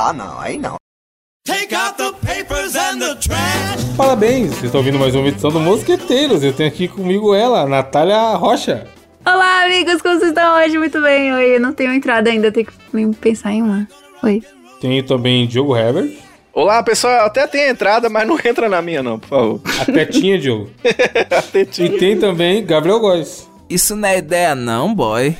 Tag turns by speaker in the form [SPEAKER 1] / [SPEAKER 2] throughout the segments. [SPEAKER 1] Ah, não, aí não.
[SPEAKER 2] Take out the papers and the trash.
[SPEAKER 3] Parabéns, vocês estão ouvindo mais uma edição do Mosqueteiros. Eu tenho aqui comigo ela, Natália Rocha.
[SPEAKER 4] Olá, amigos, como vocês estão hoje? Muito bem. Oi, eu não tenho entrada ainda, tenho que pensar em uma. Oi.
[SPEAKER 3] Tenho também Diogo Herbert.
[SPEAKER 5] Olá, pessoal. Até tem a entrada, mas não entra na minha, não, por favor.
[SPEAKER 3] A tetinha, Diogo.
[SPEAKER 5] A tetinha.
[SPEAKER 3] E tem também Gabriel Góes.
[SPEAKER 6] Isso não é ideia, não, boy.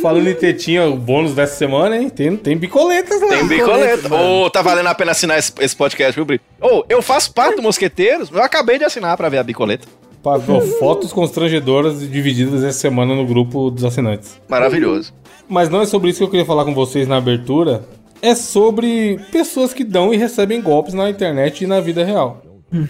[SPEAKER 3] Falando em tetinha, o bônus dessa semana, hein? Tem, tem bicoletas lá.
[SPEAKER 5] Tem bicoleta. Ô, tá valendo a pena assinar esse, esse podcast, viu, Brito? Ô, eu faço parte do Mosqueteiros, eu acabei de assinar pra ver a bicoleta.
[SPEAKER 3] Pavô, fotos constrangedoras divididas essa semana no grupo dos assinantes.
[SPEAKER 5] Maravilhoso.
[SPEAKER 3] Mas não é sobre isso que eu queria falar com vocês na abertura. É sobre pessoas que dão e recebem golpes na internet e na vida real.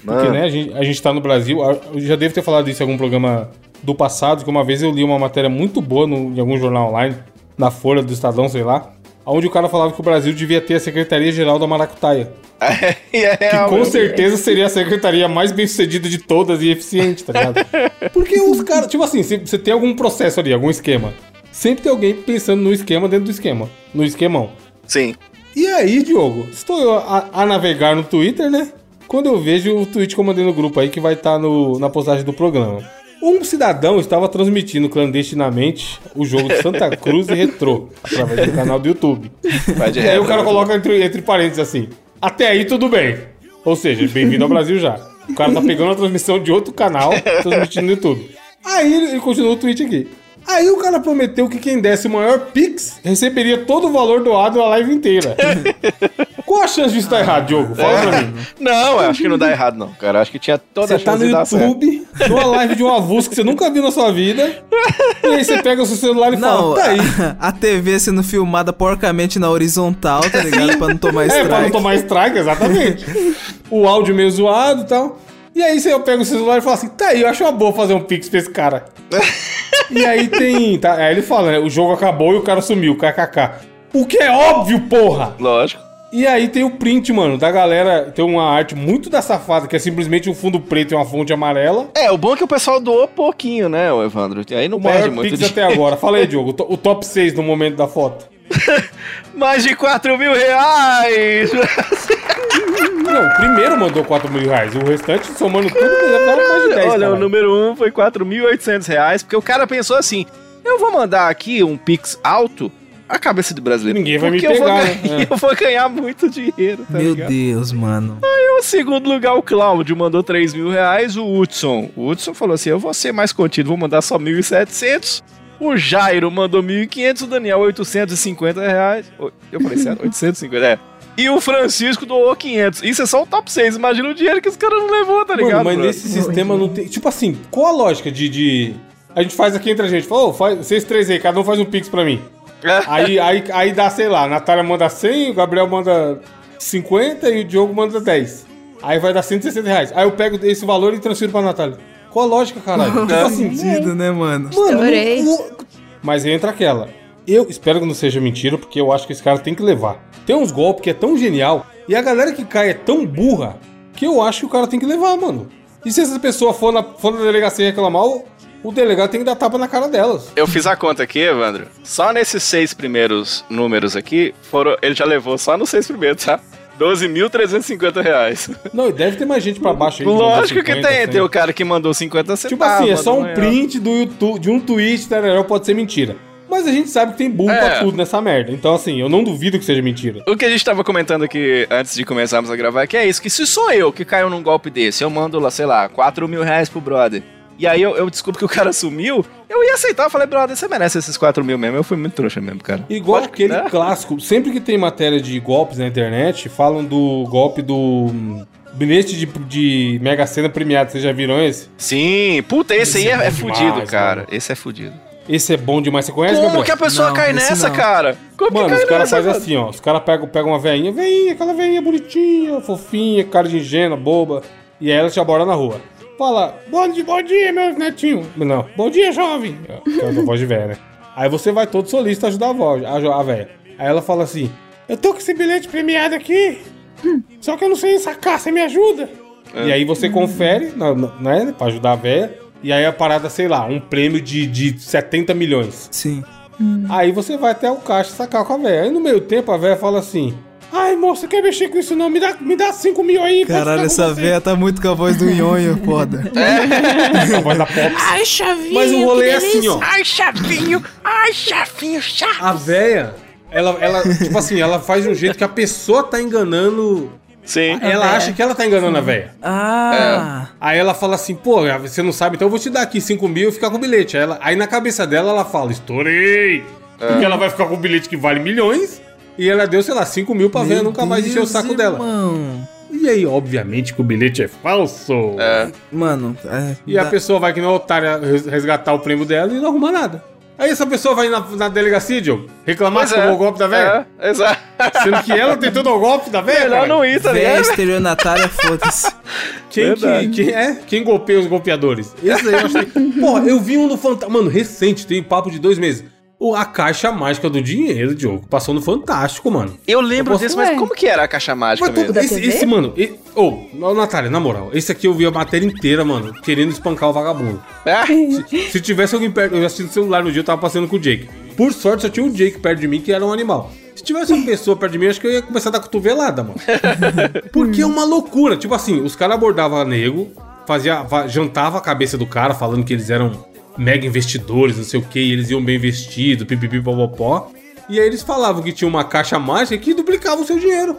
[SPEAKER 3] Porque, né, a gente, a gente tá no Brasil. a- Eu já devo ter falado isso em algum programa do passado, que uma vez eu li uma matéria muito boa no, em algum jornal online, na Folha do Estadão, sei lá, onde o cara falava que o Brasil devia ter a Secretaria-Geral da Maracutaia.
[SPEAKER 5] E é
[SPEAKER 3] Uhum. Que
[SPEAKER 5] real,
[SPEAKER 3] com
[SPEAKER 5] meu.
[SPEAKER 3] certeza seria a secretaria mais bem sucedida de todas e eficiente, tá ligado? Porque os caras, tipo assim, se você tem algum processo ali, algum esquema. Sempre tem alguém pensando no esquema dentro do esquema, no esquemão.
[SPEAKER 5] Sim.
[SPEAKER 3] E aí, Diogo, estou eu a, a navegar no Twitter, né? Quando eu vejo o tweet que eu mandei no grupo aí, que vai estar no na postagem do programa. Um cidadão estava transmitindo clandestinamente o jogo de Santa Cruz e Retrô, através do canal do YouTube.
[SPEAKER 5] Vai de
[SPEAKER 3] E aí o cara
[SPEAKER 5] reto.
[SPEAKER 3] coloca entre, entre parênteses assim: Até aí tudo bem. Ou seja, bem-vindo ao Brasil já. O cara tá pegando a transmissão de outro canal, transmitindo no YouTube. Aí ele, ele continua o tweet aqui. Aí o cara prometeu que quem desse o maior Pix receberia todo o valor doado na live inteira. Qual a chance disso estar errado, Diogo? Fala pra mim.
[SPEAKER 5] É. Não, eu acho que não dá errado, não, cara. Eu acho que tinha toda
[SPEAKER 3] né?
[SPEAKER 5] a
[SPEAKER 3] Você
[SPEAKER 5] chance
[SPEAKER 3] tá no
[SPEAKER 5] de dar certo.
[SPEAKER 3] YouTube, numa live de um avulso que você nunca viu na sua vida, e aí você pega o seu celular e
[SPEAKER 6] Não,
[SPEAKER 3] fala, tá aí.
[SPEAKER 6] a, a TV sendo filmada porcamente na horizontal, tá ligado? pra não tomar
[SPEAKER 3] É,
[SPEAKER 6] strike.
[SPEAKER 3] pra não tomar strike, exatamente. o áudio meio zoado e tal. E aí você pega o celular e fala assim, tá aí, eu acho uma boa fazer um pix pra esse cara. e aí tem... Tá, aí ele fala, né, o jogo acabou e o cara sumiu, kkk. O que é óbvio, porra!
[SPEAKER 5] Lógico.
[SPEAKER 3] E aí tem o print, mano, da galera... Tem uma arte muito da safada, que é simplesmente um fundo preto e uma fonte amarela.
[SPEAKER 5] É, o bom é que o pessoal doou pouquinho, né, o Evandro? E aí não
[SPEAKER 3] O
[SPEAKER 5] perde
[SPEAKER 3] maior
[SPEAKER 5] muito.
[SPEAKER 3] pix
[SPEAKER 5] De...
[SPEAKER 3] até agora. Fala aí, Diogo, o to- o top 6 no momento da foto.
[SPEAKER 5] Mais de 4 mil reais!
[SPEAKER 3] Não, o primeiro mandou 4 mil reais, o restante, somando tudo, já dava mais de 10,
[SPEAKER 5] Olha,
[SPEAKER 3] caralho.
[SPEAKER 5] o número 1 um foi 4.800 reais, porque o cara pensou assim, eu vou mandar aqui um Pix alto, a cabeça do brasileiro.
[SPEAKER 3] Ninguém vai me
[SPEAKER 5] porque eu vou
[SPEAKER 3] pegar,
[SPEAKER 5] ganhar-
[SPEAKER 3] né? É.
[SPEAKER 5] Eu vou ganhar muito dinheiro, tá
[SPEAKER 6] Meu
[SPEAKER 5] ligado?
[SPEAKER 6] Deus, mano.
[SPEAKER 5] No segundo lugar, o Cláudio mandou 3 mil reais, o Hudson. O Hudson falou assim, eu vou ser mais contido, vou mandar só 1.700. O Jairo mandou 1.500, o Daniel 850 reais. Oi, Eu falei certo? 850, é. E o Francisco doou 500. Isso é só o top 6. Imagina o dinheiro que os caras não levou, tá
[SPEAKER 3] Mano,
[SPEAKER 5] ligado?
[SPEAKER 3] mas
[SPEAKER 5] brother?
[SPEAKER 3] nesse sistema não tem. Tipo assim, qual a lógica de. de- A gente faz aqui entre a gente. Fala, ô, faz- vocês três aí, cada um faz um pix pra mim.
[SPEAKER 5] É.
[SPEAKER 3] Aí, aí, aí dá, sei lá, a Natália manda 100, o Gabriel manda 50 e o Diogo manda 10. Aí vai dar 160 reais. Aí eu pego esse valor e transfiro pra Natália. Qual a lógica, caralho? Tipo
[SPEAKER 6] Tá
[SPEAKER 3] assim,
[SPEAKER 6] sentido, né, mano?
[SPEAKER 3] mano,
[SPEAKER 4] Adorei.
[SPEAKER 3] não- não- Mas entra aquela. Eu espero que não seja mentira, porque eu acho que esse cara tem que levar. Tem uns golpes que é tão genial, e a galera que cai é tão burra, que eu acho que o cara tem que levar, mano. E se essa pessoa for na, for na delegacia reclamar, o, o delegado tem que dar tapa na cara delas.
[SPEAKER 5] Eu fiz a conta aqui, Evandro. Só nesses seis primeiros números aqui, foram, ele já levou só nos seis primeiros, tá? 12.350 reais.
[SPEAKER 3] Não, e deve ter mais gente pra baixo aí. de
[SPEAKER 5] Lógico
[SPEAKER 3] 50,
[SPEAKER 5] que tem. Ah,
[SPEAKER 3] 100.
[SPEAKER 5] Tem o cara que mandou 50 centavos.
[SPEAKER 3] assim. Tipo assim, é só
[SPEAKER 5] mandou
[SPEAKER 3] um print do YouTube, de um tweet, tarará, pode ser mentira. Mas a gente sabe que tem burro
[SPEAKER 5] É.
[SPEAKER 3] pra tudo nessa merda. Então, assim, eu não duvido que seja mentira.
[SPEAKER 5] O que a gente tava comentando aqui antes de começarmos a gravar que é isso, que se sou eu que caiu num golpe desse, eu mando lá, sei lá, 4 mil reais pro brother. E aí eu, eu descubro que o cara sumiu, eu ia aceitar, eu falei, brother, você merece esses 4 mil mesmo. Eu fui muito trouxa mesmo, cara.
[SPEAKER 3] Igual
[SPEAKER 5] Lógico que
[SPEAKER 3] aquele
[SPEAKER 5] dá.
[SPEAKER 3] clássico, sempre que tem matéria de golpes na internet, falam do golpe do hum, bilhete de, de Mega Sena premiado, vocês já viram esse?
[SPEAKER 5] Sim, puta, esse, aí é, é
[SPEAKER 3] bom demais,
[SPEAKER 5] fudido, cara.
[SPEAKER 3] mano.
[SPEAKER 5] Esse é fudido.
[SPEAKER 3] Esse é bom demais, você conhece,
[SPEAKER 5] Como
[SPEAKER 3] Gabriel?
[SPEAKER 5] que a pessoa
[SPEAKER 6] Não,
[SPEAKER 5] cai
[SPEAKER 6] esse
[SPEAKER 5] nessa,
[SPEAKER 6] não.
[SPEAKER 5] cara? Como que
[SPEAKER 3] Mano,
[SPEAKER 5] cai
[SPEAKER 3] os caras
[SPEAKER 5] nessa,
[SPEAKER 3] fazem
[SPEAKER 5] mano?
[SPEAKER 3] assim, ó, os caras pegam, pegam uma veinha, veinha, aquela veinha bonitinha, fofinha, cara de ingênua, boba, e aí ela te aborda na rua. Fala, bom dia, bom dia, meu netinho. Não, bom dia, jovem. Que é a voz de velha, né? Aí você vai todo solista ajudar a voz, a, jo- a velha. Aí ela fala assim, eu tô com esse bilhete premiado aqui, Só que eu não sei sacar, você me ajuda?
[SPEAKER 5] É.
[SPEAKER 3] E aí você confere, na- na- né, pra ajudar a véia. E aí a parada, sei lá, um prêmio de, de 70 milhões.
[SPEAKER 6] Sim.
[SPEAKER 3] Aí você vai até o caixa sacar com a véia. Aí no meio tempo a véia fala assim: Ai, moça, quer mexer com isso não? Me dá, me dá 5 mil aí. pode
[SPEAKER 6] Caralho,
[SPEAKER 3] ficar com
[SPEAKER 6] essa
[SPEAKER 3] você. É.
[SPEAKER 6] véia tá muito com a voz do nhonho, foda.
[SPEAKER 3] A voz da Pops.
[SPEAKER 1] Ai, chavinho.
[SPEAKER 3] Mas o rolê
[SPEAKER 1] que
[SPEAKER 3] é assim,
[SPEAKER 1] delícia.
[SPEAKER 3] ó.
[SPEAKER 5] Ai, chavinho! Ai, chavinho, chato!
[SPEAKER 3] A véia, ela, ela, tipo assim, ela faz de um jeito que a pessoa tá enganando.
[SPEAKER 5] Sim.
[SPEAKER 3] Ela acha que ela tá enganando a véia.
[SPEAKER 6] Ah!
[SPEAKER 3] Aí ela fala assim, pô, você não sabe, então eu vou te dar aqui 5 mil e ficar com o bilhete. Aí, ela- aí na cabeça dela ela fala, estourei!
[SPEAKER 5] É.
[SPEAKER 3] Porque ela vai ficar com o bilhete que vale milhões. E ela deu, sei lá, 5 mil pra véia
[SPEAKER 6] Meu
[SPEAKER 3] nunca mais encher o
[SPEAKER 6] Deus,
[SPEAKER 3] saco dela.
[SPEAKER 6] irmão.
[SPEAKER 3] E aí, obviamente que o bilhete é falso.
[SPEAKER 6] Mano, é,
[SPEAKER 3] E a
[SPEAKER 6] dá-
[SPEAKER 3] pessoa vai que nem uma otária res- resgatar o prêmio dela e não arruma nada. Aí essa pessoa vai na, na delegacia, Diogo, reclamar
[SPEAKER 5] Mas
[SPEAKER 3] que tomou o golpe da véia.
[SPEAKER 5] É, exato.
[SPEAKER 3] Sendo que ela tentou dar o golpe da véia,
[SPEAKER 5] Melhor
[SPEAKER 3] cara.
[SPEAKER 5] não ir, tá
[SPEAKER 6] Véia
[SPEAKER 5] ligado?
[SPEAKER 6] estelionatária, foda-se.
[SPEAKER 3] Quem, que,
[SPEAKER 5] Verdade.
[SPEAKER 3] quem, é? quem golpeia os golpeadores? Esse aí eu achei. Porra, eu vi um no Fantástico. Mano, recente, tem papo de dois meses. O- a caixa mágica do dinheiro, Diogo, passou no Fantástico, mano.
[SPEAKER 5] Eu lembro
[SPEAKER 3] Eu posso-
[SPEAKER 5] disso, mas
[SPEAKER 1] Ué.
[SPEAKER 5] como que era a caixa mágica
[SPEAKER 3] Mas
[SPEAKER 5] mesmo?
[SPEAKER 3] todo,
[SPEAKER 1] da
[SPEAKER 3] esse,
[SPEAKER 1] TV?
[SPEAKER 3] esse, mano. e- Ô, Natália, na moral, esse aqui eu vi a matéria inteira, mano, querendo espancar o vagabundo.
[SPEAKER 5] Ah,
[SPEAKER 3] Se tivesse alguém perto, eu assisti no celular no dia, eu tava passando com o Jake. Por sorte, só tinha um Jake perto de mim que era um animal. Se tivesse uma pessoa perto de mim, acho que eu ia começar a dar cotovelada, mano. Porque é uma loucura. Tipo assim, os caras abordavam nego, fazia, fa- jantava a cabeça do cara, falando que eles eram mega investidores, não sei o que, eles iam bem vestidos, pipipi, popopó. E aí eles falavam que tinha uma caixa mágica que duplicava o seu dinheiro.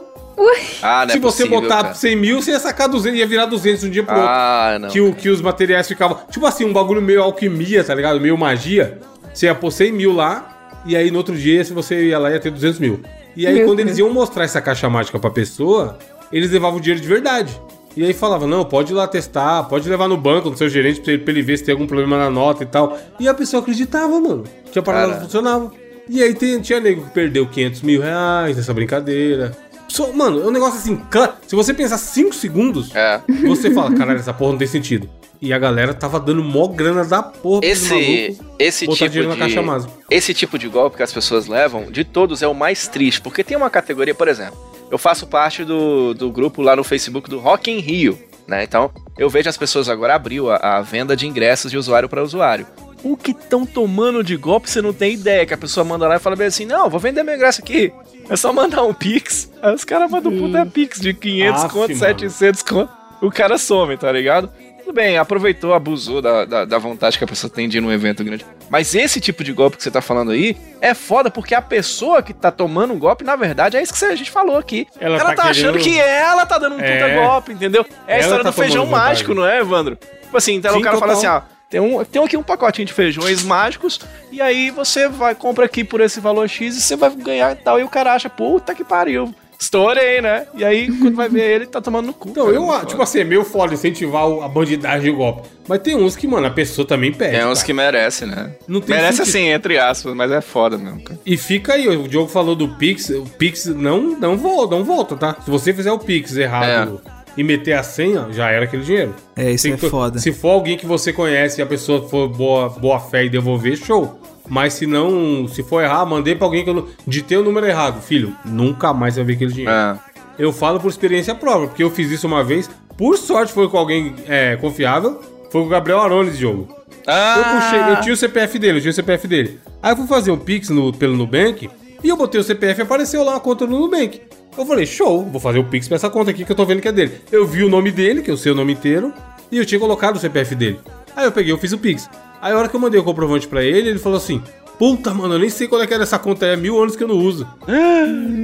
[SPEAKER 5] ah, não é
[SPEAKER 3] Se você
[SPEAKER 5] possível,
[SPEAKER 3] botar
[SPEAKER 5] cara.
[SPEAKER 3] 100 mil, você ia sacar 200, ia virar 200 de um dia pro outro
[SPEAKER 5] Ah, não.
[SPEAKER 3] que, o, que os materiais ficavam. Tipo assim, um bagulho meio alquimia, tá ligado? Meio magia. Você ia pôr 100 mil lá, e aí no outro dia, se você ia lá, ia ter 200 mil. E aí,
[SPEAKER 4] Meu
[SPEAKER 3] quando
[SPEAKER 4] Deus.
[SPEAKER 3] eles iam mostrar essa caixa mágica pra pessoa, eles levavam o dinheiro de verdade. E aí falavam, não, pode ir lá testar, pode levar no banco, no seu gerente, pra ele, pra ele ver se tem algum problema na nota e tal. E a pessoa acreditava, mano, que a parada
[SPEAKER 5] Cara.
[SPEAKER 3] funcionava. E aí tem- tinha nego que perdeu 500 mil reais nessa brincadeira. Só- mano, é um negócio assim, cla- se você pensar 5 segundos,
[SPEAKER 5] É.
[SPEAKER 3] você fala, caralho, essa porra não tem sentido. E a galera tava dando mó grana da porra pros
[SPEAKER 5] Esse,
[SPEAKER 3] malucos
[SPEAKER 5] esse
[SPEAKER 3] botar
[SPEAKER 5] tipo
[SPEAKER 3] dinheiro
[SPEAKER 5] de
[SPEAKER 3] na caixa mágica.
[SPEAKER 5] esse tipo de golpe que as pessoas levam, de todos é o mais triste, porque tem uma categoria, por exemplo, eu faço parte do, do grupo lá no Facebook do Rock in Rio, né? Então, eu vejo as pessoas agora abriu a, a venda de ingressos de usuário para usuário. O que estão tomando de golpe, você não tem ideia, que a pessoa manda lá e fala bem assim: "Não, vou vender meu ingresso aqui". É só mandar um pix. Aí os caras mandam um puta pix de 500
[SPEAKER 3] Aff,
[SPEAKER 5] conto,
[SPEAKER 3] mano.
[SPEAKER 5] 700 conto. O cara some, tá ligado? Tudo bem, aproveitou, abusou da, da, da vontade que a pessoa tem de ir num evento grande. Mas esse tipo de golpe que você tá falando aí é foda porque a pessoa que tá tomando um golpe, na verdade, é isso que a gente falou aqui.
[SPEAKER 3] Ela
[SPEAKER 5] Ela,
[SPEAKER 3] tá
[SPEAKER 5] tá, achando
[SPEAKER 3] querendo-
[SPEAKER 5] que ela tá dando um
[SPEAKER 3] É.
[SPEAKER 5] puta golpe, entendeu? É a
[SPEAKER 3] Ela
[SPEAKER 5] história
[SPEAKER 3] tá
[SPEAKER 5] do feijão
[SPEAKER 3] tomando vantagem.
[SPEAKER 5] mágico, não é, Evandro? Tipo assim, então
[SPEAKER 3] Sim,
[SPEAKER 5] o cara fala assim,
[SPEAKER 3] total.
[SPEAKER 5] ó. Tem, um, tem aqui um pacotinho de feijões mágicos, e aí você vai, compra aqui por esse valor X e você vai ganhar e tal. E o cara acha, puta que pariu, estourei, né? E aí, quando vai ver ele, tá tomando no cu.
[SPEAKER 3] Então,
[SPEAKER 5] cara,
[SPEAKER 3] eu,
[SPEAKER 5] muito
[SPEAKER 3] ah, tipo assim, é meio foda incentivar o- a bandidagem e o golpe. Mas tem uns que, mano, a pessoa também perde.
[SPEAKER 5] É uns
[SPEAKER 3] cara.
[SPEAKER 5] que merece, né?
[SPEAKER 3] Não tem
[SPEAKER 5] merece
[SPEAKER 3] sentido.
[SPEAKER 5] assim, entre aspas, mas é foda mesmo, cara.
[SPEAKER 3] E fica aí, o Diogo falou do Pix. O Pix não, não, volta, não volta, tá? Se você fizer o Pix errado
[SPEAKER 5] É.
[SPEAKER 3] e meter a senha, já era aquele dinheiro.
[SPEAKER 6] É, isso
[SPEAKER 3] Tem
[SPEAKER 6] é
[SPEAKER 3] que-
[SPEAKER 6] foda.
[SPEAKER 3] Se for alguém que você conhece e a pessoa for boa, boa fé e devolver, show. Mas se não, se for errar, mandei pra alguém que eu não. Ditei o número errado, filho. Nunca mais você vai ver aquele dinheiro.
[SPEAKER 5] É.
[SPEAKER 3] Eu falo por experiência própria, porque eu fiz isso uma vez. Por sorte foi com alguém é, confiável. Foi com o Gabriel Arones de jogo.
[SPEAKER 5] Ah,
[SPEAKER 3] Eu puxei, eu tinha o CPF dele, eu tinha o CPF dele. Aí eu fui fazer um Pix no- pelo Nubank e eu botei o CPF e apareceu lá a conta do Nubank. Eu falei, show, vou fazer o Pix pra essa conta aqui que eu tô vendo que é dele. Eu vi o nome dele, que eu sei o nome inteiro, e eu tinha colocado o CPF dele. Aí eu peguei, eu fiz o Pix. Aí a hora que eu mandei o comprovante pra ele, ele falou assim: Puta, mano, eu nem sei qual é que era essa conta, é mil anos que eu não uso.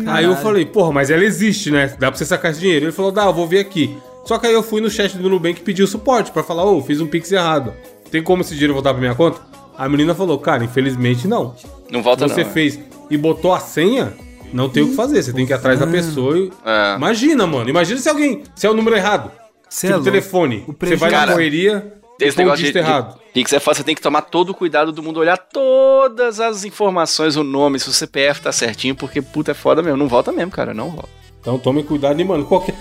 [SPEAKER 3] Aí eu falei, porra, mas ela existe, né? Dá pra você sacar esse dinheiro. Ele falou, dá, eu vou ver aqui. Só que aí eu fui no chat do Nubank e pedi o suporte pra falar, ô, fiz um pix errado. Tem como esse dinheiro voltar pra minha conta? A menina falou, cara, infelizmente não.
[SPEAKER 5] Não volta
[SPEAKER 3] você
[SPEAKER 5] Tá não.
[SPEAKER 3] fez e botou a senha, não tem o que fazer. Você tem que ir atrás da pessoa e...
[SPEAKER 5] É.
[SPEAKER 3] Imagina, mano. Imagina se alguém... Se é o número errado.
[SPEAKER 6] Você é
[SPEAKER 3] tipo,
[SPEAKER 6] louco.
[SPEAKER 3] telefone. Você
[SPEAKER 6] O
[SPEAKER 3] vai
[SPEAKER 6] prejuízo-
[SPEAKER 3] na
[SPEAKER 5] Cara,
[SPEAKER 3] correria...
[SPEAKER 5] Esse
[SPEAKER 3] e
[SPEAKER 5] negócio de,
[SPEAKER 3] digita um errado.
[SPEAKER 5] de Pix é fácil, você tem que tomar todo o cuidado do mundo, olhar todas as informações, o nome, se o CPF tá certinho, porque puta é foda mesmo. Não volta mesmo, cara, não volta.
[SPEAKER 3] Então tome cuidado, e, mano. Qualquer.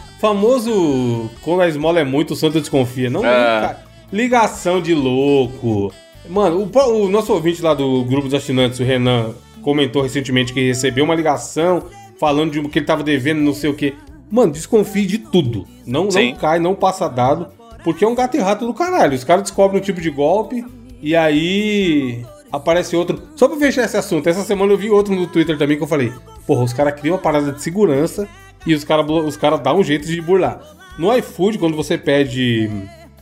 [SPEAKER 3] Famoso. Quando a esmola é muito, o santo desconfia. Não,
[SPEAKER 5] É.
[SPEAKER 3] cara. Ligação de louco. Mano, o, pro- o nosso ouvinte lá do grupo dos assinantes, o Renan, comentou recentemente que recebeu uma ligação falando de um que ele tava devendo não sei o quê. Mano, desconfie de tudo. Não, não
[SPEAKER 5] Sim.
[SPEAKER 3] cai, não passa dado, porque é um gato e rato do caralho. Os caras descobrem um tipo de golpe e aí aparece outro. Só pra fechar esse assunto, essa semana eu vi outro no Twitter também que eu falei: Porra, os caras criam uma parada de segurança e os caras os cara dão um jeito de burlar. No iFood, quando você pede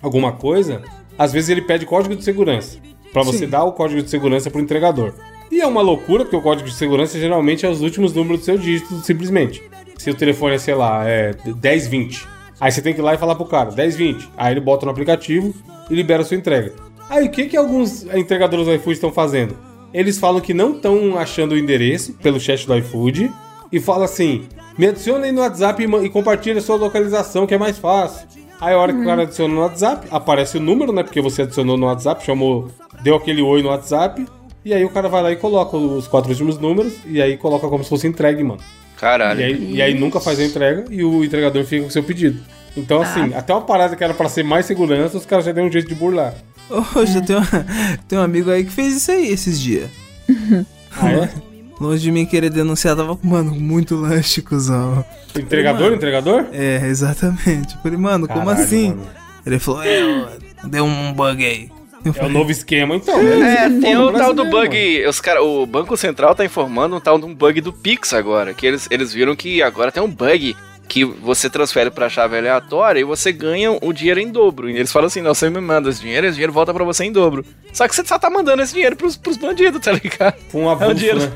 [SPEAKER 3] alguma coisa, às vezes ele pede código de segurança. Pra você
[SPEAKER 6] Sim.
[SPEAKER 3] dar o código de segurança pro entregador. E é uma loucura, porque o código de segurança geralmente é os últimos números do seu dígito, simplesmente. Se o telefone é, sei lá, é 1020. Aí você tem que ir lá e falar pro cara, 1020. Aí ele bota no aplicativo e libera a sua entrega. Aí o que, que alguns entregadores do iFood estão fazendo? Eles falam que não estão achando o endereço pelo chat do iFood e fala assim: me adicione aí no WhatsApp e, ma- e compartilhe a sua localização, que é mais fácil. Aí a hora que o cara adiciona no WhatsApp, aparece o número, né? Porque você adicionou no WhatsApp, chamou, deu aquele oi no WhatsApp. E aí o cara vai lá e coloca os quatro últimos números e aí coloca como se fosse entregue, mano.
[SPEAKER 5] Caralho.
[SPEAKER 3] E aí, e aí nunca faz a entrega e o entregador fica com o seu pedido. Então, assim, até uma parada que era pra ser mais segurança, os caras já deram um jeito de burlar.
[SPEAKER 6] Hoje eu tenho, tenho um amigo aí que fez isso aí esses dias.
[SPEAKER 3] Ah, é?
[SPEAKER 6] Longe de mim querer denunciar, tava, mano, muito lanche, cuzão.
[SPEAKER 3] Entregador, entregador?
[SPEAKER 6] É, exatamente. Eu falei, mano, como
[SPEAKER 3] Caralho,
[SPEAKER 6] assim?
[SPEAKER 3] mano.
[SPEAKER 6] Ele falou, é, ó, deu um bug aí. Eu
[SPEAKER 3] É o
[SPEAKER 6] falei,
[SPEAKER 3] novo esquema, então. né?
[SPEAKER 5] É, tem o
[SPEAKER 3] Brasileiro,
[SPEAKER 5] tal do
[SPEAKER 3] mano.
[SPEAKER 5] bug. Os cara, o Banco Central tá informando um tal de um bug do Pix agora. Que eles, eles viram que agora tem um bug que você transfere pra chave aleatória e você ganha o dinheiro em dobro. E eles falam assim: não, você me manda esse dinheiro, esse dinheiro volta pra você em dobro. Só que você só tá mandando esse dinheiro pros, pros bandidos, tá ligado?
[SPEAKER 3] Foi um
[SPEAKER 5] É o
[SPEAKER 3] avulso,
[SPEAKER 5] dinheiro.
[SPEAKER 3] né?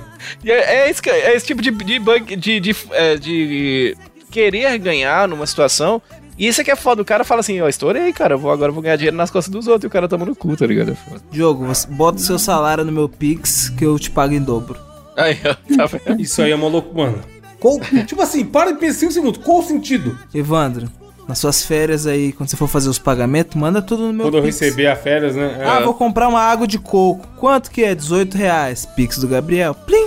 [SPEAKER 5] E é, é esse, que- é esse tipo de, de bug, de, de, é, de querer ganhar numa situação. E isso é que é foda. O cara fala assim: ó, estourei, cara, eu vou, agora eu vou ganhar dinheiro nas costas dos outros. E o cara toma no cu, tá ligado? É foda.
[SPEAKER 6] Diogo, você bota o seu salário no meu Pix que eu te pago em dobro.
[SPEAKER 5] Aí, ó, tá vendo?
[SPEAKER 3] Isso aí é uma loucura, mano. Qual- tipo assim, para e pensa um segundo. Qual o sentido?
[SPEAKER 6] Evandro, nas suas férias aí, quando você for fazer os pagamentos, manda tudo no meu
[SPEAKER 3] Quando eu
[SPEAKER 6] Pix.
[SPEAKER 3] receber a férias, né?
[SPEAKER 6] Ah, vou comprar uma água de coco. Quanto que é? 18 reais. Pix do Gabriel. Plim.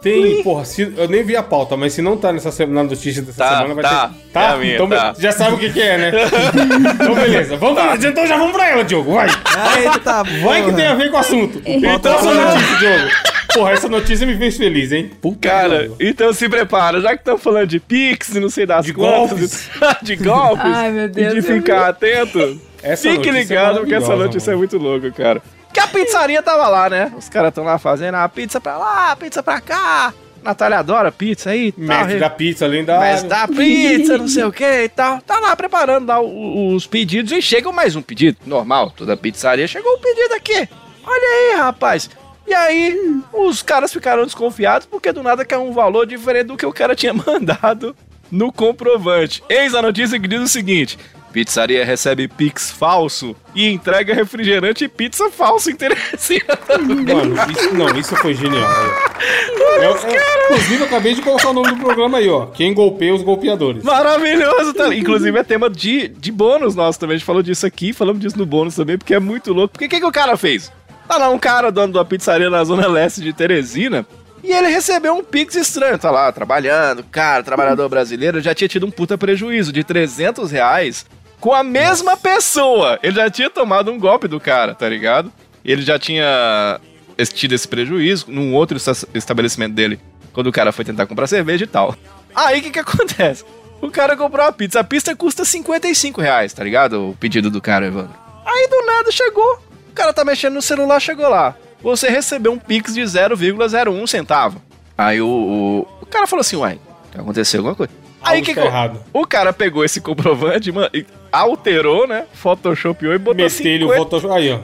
[SPEAKER 3] Tem, porra, se- eu nem vi a pauta, mas se não tá nessa semana, na notícia dessa
[SPEAKER 5] Tá,
[SPEAKER 3] semana, vai
[SPEAKER 5] tá.
[SPEAKER 3] ter.
[SPEAKER 5] É a minha,
[SPEAKER 3] então
[SPEAKER 5] tá.
[SPEAKER 3] já sabe o que, que é, né? então beleza. Vamos pra- Então já vamos pra ela, Diogo. Vai.
[SPEAKER 6] Aí tá
[SPEAKER 3] Vai que tem a
[SPEAKER 6] porra.
[SPEAKER 3] ver com o assunto. Então essa notícia, Diogo. Porra, essa notícia me fez feliz, hein? Puta
[SPEAKER 5] Cara,
[SPEAKER 3] que pariu.
[SPEAKER 5] então se prepara, já que estamos falando de Pix e não sei das
[SPEAKER 3] De
[SPEAKER 5] quantas, de golpes,
[SPEAKER 4] Ai, meu Deus,
[SPEAKER 5] e de
[SPEAKER 4] eu
[SPEAKER 5] ficar atento,
[SPEAKER 3] Essa
[SPEAKER 5] fique
[SPEAKER 3] notícia é
[SPEAKER 5] ligado, porque essa
[SPEAKER 3] maravilhosa,
[SPEAKER 5] notícia
[SPEAKER 3] mano.
[SPEAKER 5] é muito louca, cara. Que a pizzaria tava lá, né? Os caras estão lá fazendo a pizza pra lá, a pizza pra cá. Natália adora pizza aí e tal.
[SPEAKER 3] Mestre da pizza, lendário.
[SPEAKER 5] Mas dá pizza, não sei o que e tal. Tá lá preparando lá o- os pedidos e chega mais um pedido. Normal, toda pizzaria chegou um pedido aqui. Olha aí, rapaz. E aí, os caras ficaram desconfiados porque do nada caiu um valor diferente do que o cara tinha mandado no comprovante. Eis a notícia que diz o seguinte: pizzaria recebe pix falso e entrega refrigerante e pizza falso interessante.
[SPEAKER 3] Mano, isso, não, isso foi genial. É, é, inclusive, eu acabei de colocar o nome do programa aí, ó. Quem golpeia os golpeadores.
[SPEAKER 5] Maravilhoso, tá? Inclusive é tema de, de bônus nosso também. A gente falou disso aqui, falamos disso no bônus também, porque é muito louco. Porque o que, que o cara fez? Tá lá um cara, dono de uma pizzaria na zona leste de Teresina, e ele recebeu um pix estranho. Tá lá, trabalhando, cara, trabalhador brasileiro, já tinha tido um puta prejuízo de 300 reais com a mesma pessoa. Ele já tinha tomado um golpe do cara, tá ligado? Ele já tinha esse- tido esse prejuízo num outro esta- estabelecimento dele, quando o cara foi tentar comprar cerveja e tal. Aí o que que acontece? O cara comprou uma pizza. A pizza custa 55 reais, tá ligado? O pedido do cara, Evandro. Aí do nada chegou. O cara tá mexendo no celular, chegou lá. Você recebeu um pix de 0,01 centavo. Aí o, o, o cara falou assim, uai, aconteceu alguma coisa? Aí
[SPEAKER 3] Algo
[SPEAKER 5] que, que
[SPEAKER 3] tá
[SPEAKER 5] eu-
[SPEAKER 3] errado.
[SPEAKER 5] o cara pegou esse comprovante, mano, e alterou, né? Photoshopeou e botou
[SPEAKER 3] Metelho,
[SPEAKER 5] 50,
[SPEAKER 3] votou. Aí, ó.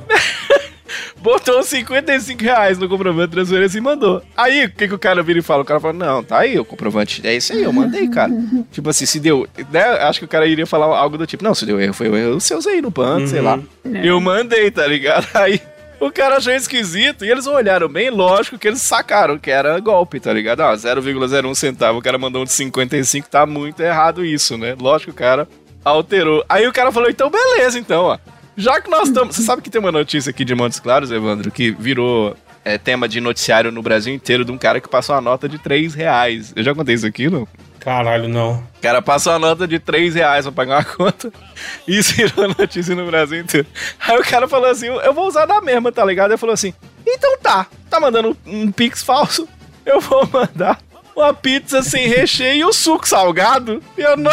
[SPEAKER 5] botou 55 reais no comprovante de transferência e mandou. Aí, o que, que o cara vira e fala? O cara fala, não, tá aí o comprovante. É isso aí, eu mandei, cara. tipo assim, se deu... Né? Acho que o cara iria falar algo do tipo, não, se deu erro, foi o erro dos seus aí no banco, sei lá. Eu mandei, tá ligado? Aí... O cara achou esquisito e eles olharam bem, lógico que eles sacaram que era golpe, tá ligado? Ah, 0,01 centavo, o cara mandou um de 55, tá muito errado isso, né? Lógico que o cara alterou. Aí o cara falou, então beleza, então, ó. Já que nós estamos. Você sabe que tem uma notícia aqui de Montes Claros, Evandro, que virou é, tema de noticiário no Brasil inteiro de um cara que passou uma nota de 3 reais. Eu já contei isso aqui, não?
[SPEAKER 3] Caralho, não.
[SPEAKER 5] O cara passou uma nota de 3 reais pra pagar uma conta. E isso virou notícia no Brasil inteiro. Aí o cara falou assim: eu vou usar da mesma, tá ligado? Ele falou assim: então tá, tá mandando um um pix falso? Eu vou mandar uma pizza sem recheio e o suco salgado. E eu não.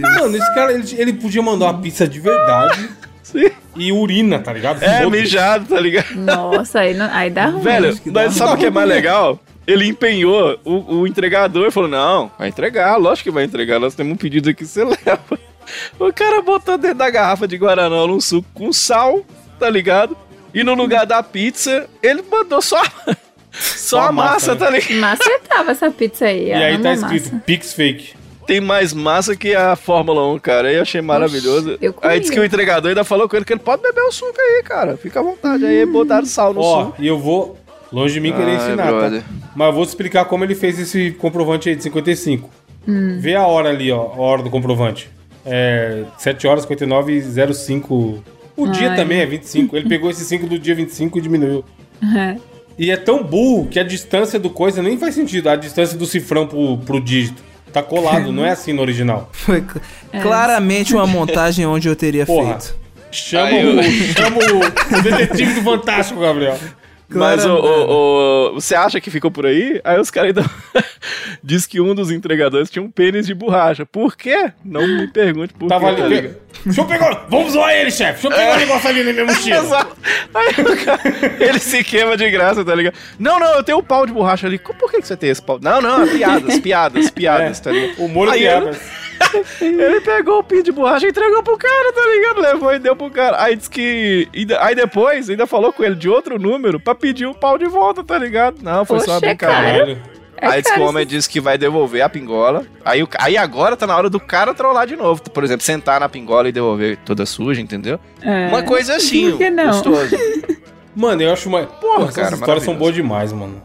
[SPEAKER 3] Mano, esse cara, ele, ele podia mandar uma pizza de verdade e urina, tá ligado?
[SPEAKER 5] É
[SPEAKER 3] Foda-se.
[SPEAKER 5] mijado, tá ligado?
[SPEAKER 4] Nossa, aí, não- aí dá ruim.
[SPEAKER 5] Velho, mas sabe o que é mais legal? Ele empenhou o, o entregador falou: Não, vai entregar, lógico que vai entregar. Nós temos um pedido aqui, você leva. O cara botou dentro da garrafa de Guaraná num suco com sal, tá ligado? E no lugar da pizza, ele mandou só, só, a
[SPEAKER 3] massa,
[SPEAKER 5] massa,
[SPEAKER 3] né?
[SPEAKER 5] tá ligado?
[SPEAKER 1] Macetava essa pizza aí.
[SPEAKER 3] E
[SPEAKER 1] ó,
[SPEAKER 3] aí
[SPEAKER 1] amo
[SPEAKER 3] tá escrito
[SPEAKER 1] massa.
[SPEAKER 3] Pix Fake.
[SPEAKER 5] Tem mais massa que a Fórmula 1, cara. Aí eu achei maravilhoso.
[SPEAKER 1] eu comi.
[SPEAKER 5] aí disse que o entregador ainda falou com ele que ele pode beber o suco aí, cara. Fica à vontade. Aí botaram sal no
[SPEAKER 3] Ó,
[SPEAKER 5] suco.
[SPEAKER 3] e eu vou. Longe de mim querer
[SPEAKER 5] Ai,
[SPEAKER 3] ensinar,
[SPEAKER 5] brother.
[SPEAKER 3] tá? Mas eu vou te explicar como ele fez esse comprovante aí de 55. Vê a hora ali, ó. A hora do comprovante. É 7 horas 59 e 05. O dia também é 25. Ele pegou esse 5 do dia 25 e diminuiu.
[SPEAKER 1] É.
[SPEAKER 3] E é tão burro que a distância do coisa nem faz sentido. A distância do cifrão pro, pro dígito. Tá colado, não é assim no original.
[SPEAKER 6] Foi cl- claramente uma montagem onde eu teria
[SPEAKER 3] Porra.
[SPEAKER 6] feito.
[SPEAKER 3] Chama,
[SPEAKER 5] Aí
[SPEAKER 3] o,
[SPEAKER 5] eu-
[SPEAKER 3] chama o, o detetive do Fantástico, Gabriel.
[SPEAKER 5] Mas o,
[SPEAKER 6] Claro,
[SPEAKER 5] o- o- você acha que ficou por aí? Aí os caras ainda. Diz que um dos entregadores tinha um pênis de borracha. Por quê? Não me pergunte por
[SPEAKER 3] Tava
[SPEAKER 5] quê. tá
[SPEAKER 3] ali.
[SPEAKER 5] ligado?
[SPEAKER 3] Pe... Deixa eu pegar. Vamos zoar ele, chefe. Deixa eu pegar o negócio ali na minha mochila.
[SPEAKER 5] Exato. Aí o cara, ele se queima de graça, tá ligado? Não, não, eu tenho um pau de borracha ali. Por que, que você tem esse pau? Não, não, é piadas, piadas, piadas, tá ligado?
[SPEAKER 3] É, O molho
[SPEAKER 5] Aí
[SPEAKER 3] de
[SPEAKER 5] eu-
[SPEAKER 3] abas.
[SPEAKER 5] Ele pegou o pin de borracha e entregou pro cara, tá ligado? Levou e deu pro cara. Aí disse que. ainda- Aí depois ainda falou com ele de outro número pra pedir o pau de volta, tá ligado? Não, foi só uma
[SPEAKER 1] Oxe,
[SPEAKER 5] brincadeira.
[SPEAKER 3] Caralho.
[SPEAKER 1] É
[SPEAKER 5] aí diz que o
[SPEAKER 1] caro
[SPEAKER 5] homem disse que vai devolver a pingola. Aí, o ca- aí agora tá na hora do cara trollar de novo. Por exemplo, sentar na pingola e devolver toda suja, entendeu?
[SPEAKER 1] É.
[SPEAKER 5] Uma coisa assim,
[SPEAKER 1] Por que não?
[SPEAKER 5] gostoso.
[SPEAKER 3] Mano, eu acho uma. Porra, essas
[SPEAKER 5] cara,
[SPEAKER 3] histórias são
[SPEAKER 5] maravilhoso.
[SPEAKER 3] boas demais, mano.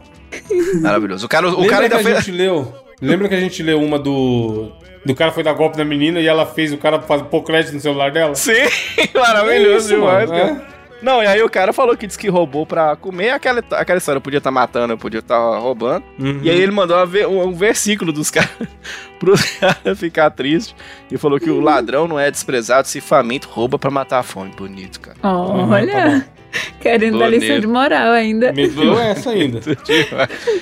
[SPEAKER 5] Maravilhoso. O cara, o
[SPEAKER 3] Lembra
[SPEAKER 5] cara ainda
[SPEAKER 3] que a
[SPEAKER 5] fez.
[SPEAKER 3] gente leu. Lembra que a gente leu uma do. Do cara foi dar golpe na menina e ela fez o cara fazer pôr crédito no celular dela?
[SPEAKER 5] Sim, maravilhoso
[SPEAKER 3] É isso,
[SPEAKER 5] demais,
[SPEAKER 3] mano,
[SPEAKER 5] cara. Não, e aí o cara falou que disse que roubou pra comer aquela, aquela história. Podia estar matando, podia estar roubando.
[SPEAKER 3] Uhum.
[SPEAKER 5] E aí ele mandou uma ve- um, um versículo dos caras pros caras ficar triste. E falou que o
[SPEAKER 3] Uhum.
[SPEAKER 5] ladrão não é desprezado se faminto rouba pra matar a fome. Bonito, cara.
[SPEAKER 3] Aham,
[SPEAKER 1] Olha,
[SPEAKER 3] tá
[SPEAKER 1] querendo dar lição
[SPEAKER 5] Bonito.
[SPEAKER 1] de moral ainda.
[SPEAKER 3] Meteu é. essa ainda.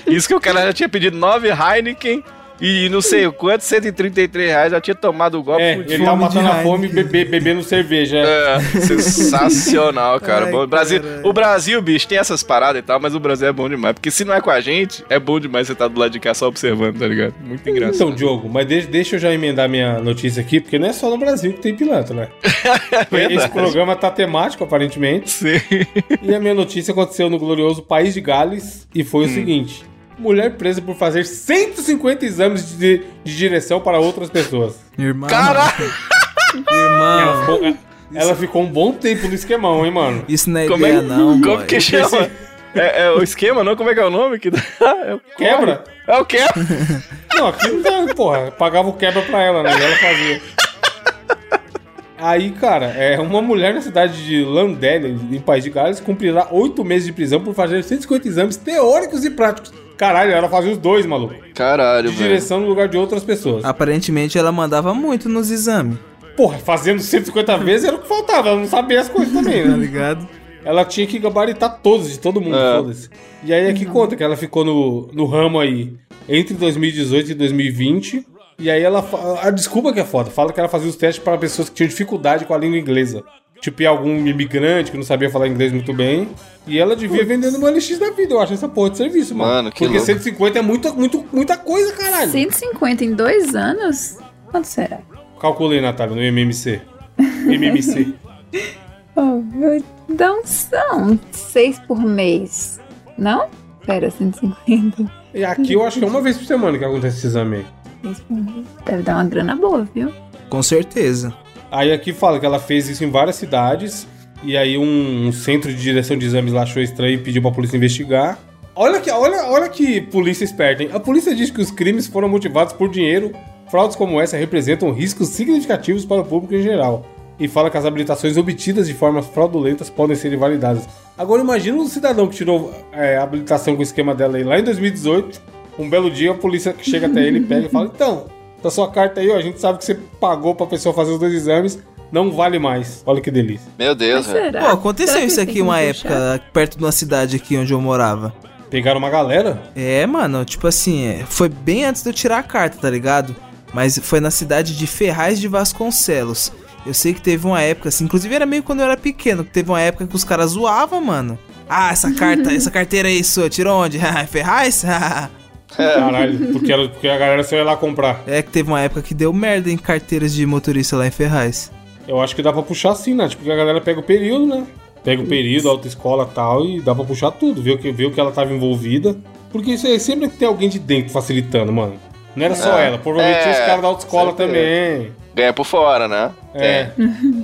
[SPEAKER 5] Isso que o cara já tinha pedido nove Heineken e não sei o quanto, 133 reais, já tinha tomado o golpe.
[SPEAKER 3] É,
[SPEAKER 5] fudido.
[SPEAKER 3] ele tava
[SPEAKER 6] Fome de
[SPEAKER 3] matando a
[SPEAKER 6] raiva.
[SPEAKER 3] fome e bebe- bebendo cerveja. é.
[SPEAKER 5] É, sensacional, cara.
[SPEAKER 6] Ai,
[SPEAKER 5] Bom, o Brasil,
[SPEAKER 6] caralho.
[SPEAKER 5] o Brasil, bicho, tem essas paradas e tal, mas o Brasil é bom demais. Porque se não é com a gente, é bom demais você estar do lado de cá só observando, tá ligado? Muito engraçado.
[SPEAKER 3] Então, Diogo, mas de- deixa eu já emendar minha notícia aqui, porque não é só no Brasil que tem pilantra, né? Esse programa tá temático, aparentemente.
[SPEAKER 5] Sim.
[SPEAKER 3] E a minha notícia aconteceu no glorioso país de Gales e foi o seguinte: mulher presa por fazer 150 exames de, de direção para outras pessoas.
[SPEAKER 6] Irmão.
[SPEAKER 5] Caralho!
[SPEAKER 3] Ela
[SPEAKER 6] Irmão.
[SPEAKER 3] ficou, ela ficou um bom tempo no esquemão, hein, mano?
[SPEAKER 6] Isso não é
[SPEAKER 5] Como é,
[SPEAKER 6] ideia, não,
[SPEAKER 5] como
[SPEAKER 6] boy.
[SPEAKER 5] que chama? É, é o esquema, não? Como é que é o nome? Que... dá? É o
[SPEAKER 3] Quebra?
[SPEAKER 5] É o quebra.
[SPEAKER 3] Não, aqui não dá, porra. Pagava o quebra pra ela, né? E ela fazia. Aí, cara, é uma mulher na cidade de Landélia, em País de Gales, cumprirá oito meses de prisão por fazer 150 exames teóricos e práticos. Caralho, ela fazia os dois, maluco.
[SPEAKER 5] Caralho,
[SPEAKER 3] De direção no lugar de outras pessoas.
[SPEAKER 6] Ah, Aparentemente ela mandava muito nos exames,
[SPEAKER 3] Porra, fazendo 150 vezes era o que faltava. Ela não sabia as coisas também,
[SPEAKER 6] tá
[SPEAKER 3] né?
[SPEAKER 6] ligado?
[SPEAKER 3] Ela tinha que gabaritar todos, de todo mundo,
[SPEAKER 5] É.
[SPEAKER 3] foda-se. E aí é que conta que ela ficou no, no ramo aí entre 2018 e 2020. E aí ela. fa- A desculpa que é foda. Fala que ela fazia os testes para pessoas que tinham dificuldade com a língua inglesa. Tipo, e algum imigrante que não sabia falar inglês muito bem. E ela devia vendendo uma LX da vida. Eu acho essa porra de serviço, mano.
[SPEAKER 5] Mano, que
[SPEAKER 3] Porque
[SPEAKER 5] louco.
[SPEAKER 3] 150 é muito, muito, muita coisa, caralho.
[SPEAKER 1] 150 em dois anos? Quanto será?
[SPEAKER 3] Calculei, Natália, no MMC. MMC.
[SPEAKER 1] Oh, eu- Então são seis por mês. Não? Pera, 150.
[SPEAKER 3] E aqui eu acho que é uma vez por semana que acontece esse exame aí.
[SPEAKER 1] Seis por mês. Deve dar uma grana boa, viu?
[SPEAKER 6] Com certeza.
[SPEAKER 3] Aí aqui fala que ela fez isso em várias cidades. E aí um, um centro de direção de exames lá achou estranho e pediu pra polícia investigar. Olha que, olha, olha que polícia esperta, hein? A polícia diz que os crimes foram motivados por dinheiro. Fraudes como essa representam riscos significativos para o público em geral. E fala que as habilitações obtidas de formas fraudulentas podem ser invalidadas. Agora imagina um cidadão que tirou é, a habilitação com o esquema dela aí lá em 2018. Um belo dia a polícia chega até ele, pega e fala: Então, da sua carta aí, ó, a gente sabe que você pagou pra pessoa fazer os dois exames, não vale mais. Olha que delícia.
[SPEAKER 5] Meu Deus, velho.
[SPEAKER 1] Será?
[SPEAKER 6] Pô, aconteceu
[SPEAKER 1] Será que
[SPEAKER 6] isso
[SPEAKER 1] Tá. tem
[SPEAKER 6] aqui
[SPEAKER 1] que
[SPEAKER 6] uma
[SPEAKER 1] puxar?
[SPEAKER 6] época, perto de uma cidade aqui onde eu morava.
[SPEAKER 3] Pegaram uma galera?
[SPEAKER 6] É, mano, tipo assim, é, foi bem antes de eu tirar a carta, tá ligado? Mas foi na cidade de Ferraz de Vasconcelos. Eu sei que teve uma época, assim, inclusive era meio quando eu era pequeno, que teve uma época que os caras zoavam, mano. Ah, essa carta, essa carteira aí sua, tirou onde? Ah, Ferraz? Ah.
[SPEAKER 5] É.
[SPEAKER 3] Caralho, porque, ela- porque a galera só ia lá comprar.
[SPEAKER 6] é que teve uma época que deu merda em carteiras de motorista lá em Ferraz.
[SPEAKER 3] Eu acho que dá pra puxar sim, Nath, porque a galera pega o período, né? Pega o período, a autoescola e tal, e dá pra puxar tudo, ver o que, ver o que ela tava envolvida. Porque isso aí sempre tem alguém de dentro facilitando, mano. Não era só
[SPEAKER 5] É.
[SPEAKER 3] ela, provavelmente
[SPEAKER 5] É,
[SPEAKER 3] tinha os caras da autoescola
[SPEAKER 5] certeza.
[SPEAKER 3] também.
[SPEAKER 5] Ganha por fora, né?
[SPEAKER 3] É.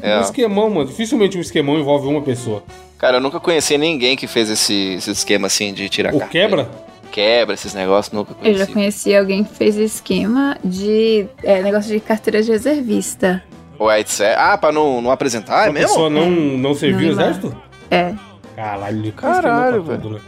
[SPEAKER 5] É.
[SPEAKER 3] Um esquemão, mano. Dificilmente um esquemão envolve uma pessoa.
[SPEAKER 5] Cara, eu nunca conheci ninguém que fez esse, esse esquema assim de tirar
[SPEAKER 3] O
[SPEAKER 5] carta.
[SPEAKER 3] quebra?
[SPEAKER 5] Quebra, esses negócios, nunca
[SPEAKER 4] Eu
[SPEAKER 5] conheci.
[SPEAKER 4] já conheci alguém que fez esquema de é, negócio de carteira de reservista.
[SPEAKER 7] é
[SPEAKER 5] White Sa- Ah, pra não, não apresentar, é
[SPEAKER 3] a
[SPEAKER 5] mesmo?
[SPEAKER 3] pessoa não, não serviu
[SPEAKER 4] Não
[SPEAKER 3] o
[SPEAKER 4] ia lá.
[SPEAKER 3] exército?
[SPEAKER 4] É.
[SPEAKER 3] Caralho,
[SPEAKER 7] Caralho,
[SPEAKER 3] esquemão pra tudo, né?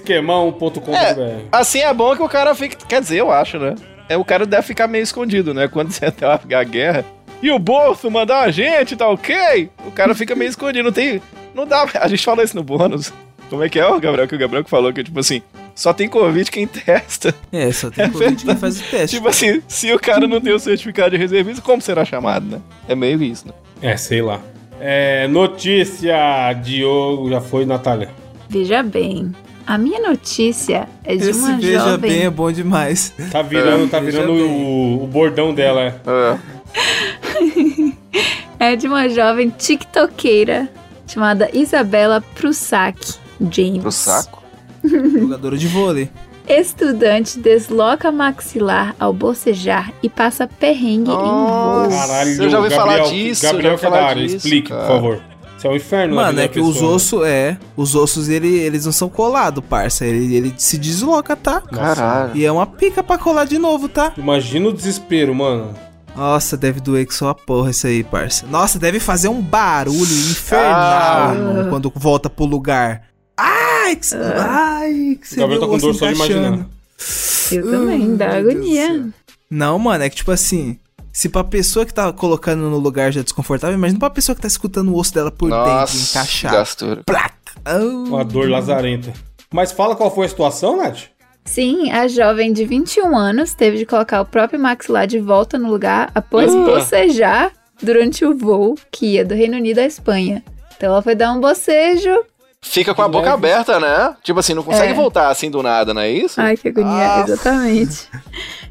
[SPEAKER 3] Esquemão.com.br.
[SPEAKER 5] Assim é bom que o cara fica. Quer dizer, eu acho, né?
[SPEAKER 7] É, o cara deve ficar meio escondido, né? Quando você até a guerra. E o bolso mandar a gente, tá ok? O cara fica meio escondido, não tem. Não dá. A gente fala isso no bônus. Como é que é, o Gabriel? Que o Gabriel que falou que, tipo assim, só tem convite quem testa.
[SPEAKER 6] É, só tem Covid que faz o teste.
[SPEAKER 7] Tipo assim, se o cara não tem o certificado de reservista, como será chamado, né? É meio isso, né?
[SPEAKER 3] É, sei lá. É, notícia, Diogo, já foi, Natália.
[SPEAKER 4] Veja bem. A minha notícia é de
[SPEAKER 6] Esse
[SPEAKER 4] uma
[SPEAKER 6] veja
[SPEAKER 4] jovem.
[SPEAKER 6] bem é bom demais.
[SPEAKER 3] Tá virando, tá
[SPEAKER 6] É, veja
[SPEAKER 3] virando
[SPEAKER 6] bem.
[SPEAKER 3] o, o bordão dela, é.
[SPEAKER 4] É de uma jovem tiktokeira chamada Isabela Prusak James.
[SPEAKER 5] Pro saco.
[SPEAKER 6] Jogadora de vôlei.
[SPEAKER 4] Estudante desloca maxilar ao bocejar e passa perrengue em voo.
[SPEAKER 3] Caralho,
[SPEAKER 5] eu já ouvi
[SPEAKER 3] Gabriel,
[SPEAKER 5] falar disso.
[SPEAKER 3] Gabriel
[SPEAKER 5] já ouvi falar
[SPEAKER 3] Fedari,
[SPEAKER 5] disso,
[SPEAKER 3] explique,
[SPEAKER 5] cara.
[SPEAKER 3] por favor. Isso é um inferno, na
[SPEAKER 6] Mano,
[SPEAKER 3] vida
[SPEAKER 6] é
[SPEAKER 3] da
[SPEAKER 6] que
[SPEAKER 3] pessoa, né?
[SPEAKER 6] os ossos, é. Os ossos, ele, eles não são colados, parça. Ele, ele se desloca, tá?
[SPEAKER 3] né? Nossa,
[SPEAKER 5] Caralho.
[SPEAKER 6] E é uma pica pra colar de novo, tá?
[SPEAKER 3] Imagina o desespero, mano.
[SPEAKER 6] Nossa, deve doer que só a porra isso aí, parça. Nossa, deve fazer um barulho infernal,
[SPEAKER 5] Ah.
[SPEAKER 6] mano, quando volta pro lugar. Ai, que,
[SPEAKER 3] Ah.
[SPEAKER 6] ai, que
[SPEAKER 3] O Gabriel tá
[SPEAKER 6] vê
[SPEAKER 3] com
[SPEAKER 6] osso
[SPEAKER 3] dor só de
[SPEAKER 6] encaixando.
[SPEAKER 3] imaginar.
[SPEAKER 4] Eu também,
[SPEAKER 6] Hum,
[SPEAKER 4] dá
[SPEAKER 6] meu Deus do
[SPEAKER 4] agonia.
[SPEAKER 6] céu. Não, mano, é que tipo assim, se pra pessoa que tá colocando no lugar já é desconfortável, imagina pra pessoa que tá escutando o osso dela por
[SPEAKER 5] Nossa,
[SPEAKER 6] dentro encaixar.
[SPEAKER 5] gastura.
[SPEAKER 6] Placa. Oh.
[SPEAKER 3] Uma dor lazarenta. Mas fala qual foi a situação, Nath.
[SPEAKER 4] Sim, a jovem de 21 anos teve de colocar o próprio maxilar de volta no lugar
[SPEAKER 5] Ah.
[SPEAKER 4] após bocejar durante o voo que ia do Reino Unido à Espanha. Então ela foi dar um bocejo.
[SPEAKER 5] Fica com a boca aberta, né? Tipo assim, não consegue
[SPEAKER 4] É.
[SPEAKER 5] voltar assim do nada, não é isso?
[SPEAKER 4] Ai, que agonia,
[SPEAKER 5] Ah,
[SPEAKER 4] exatamente.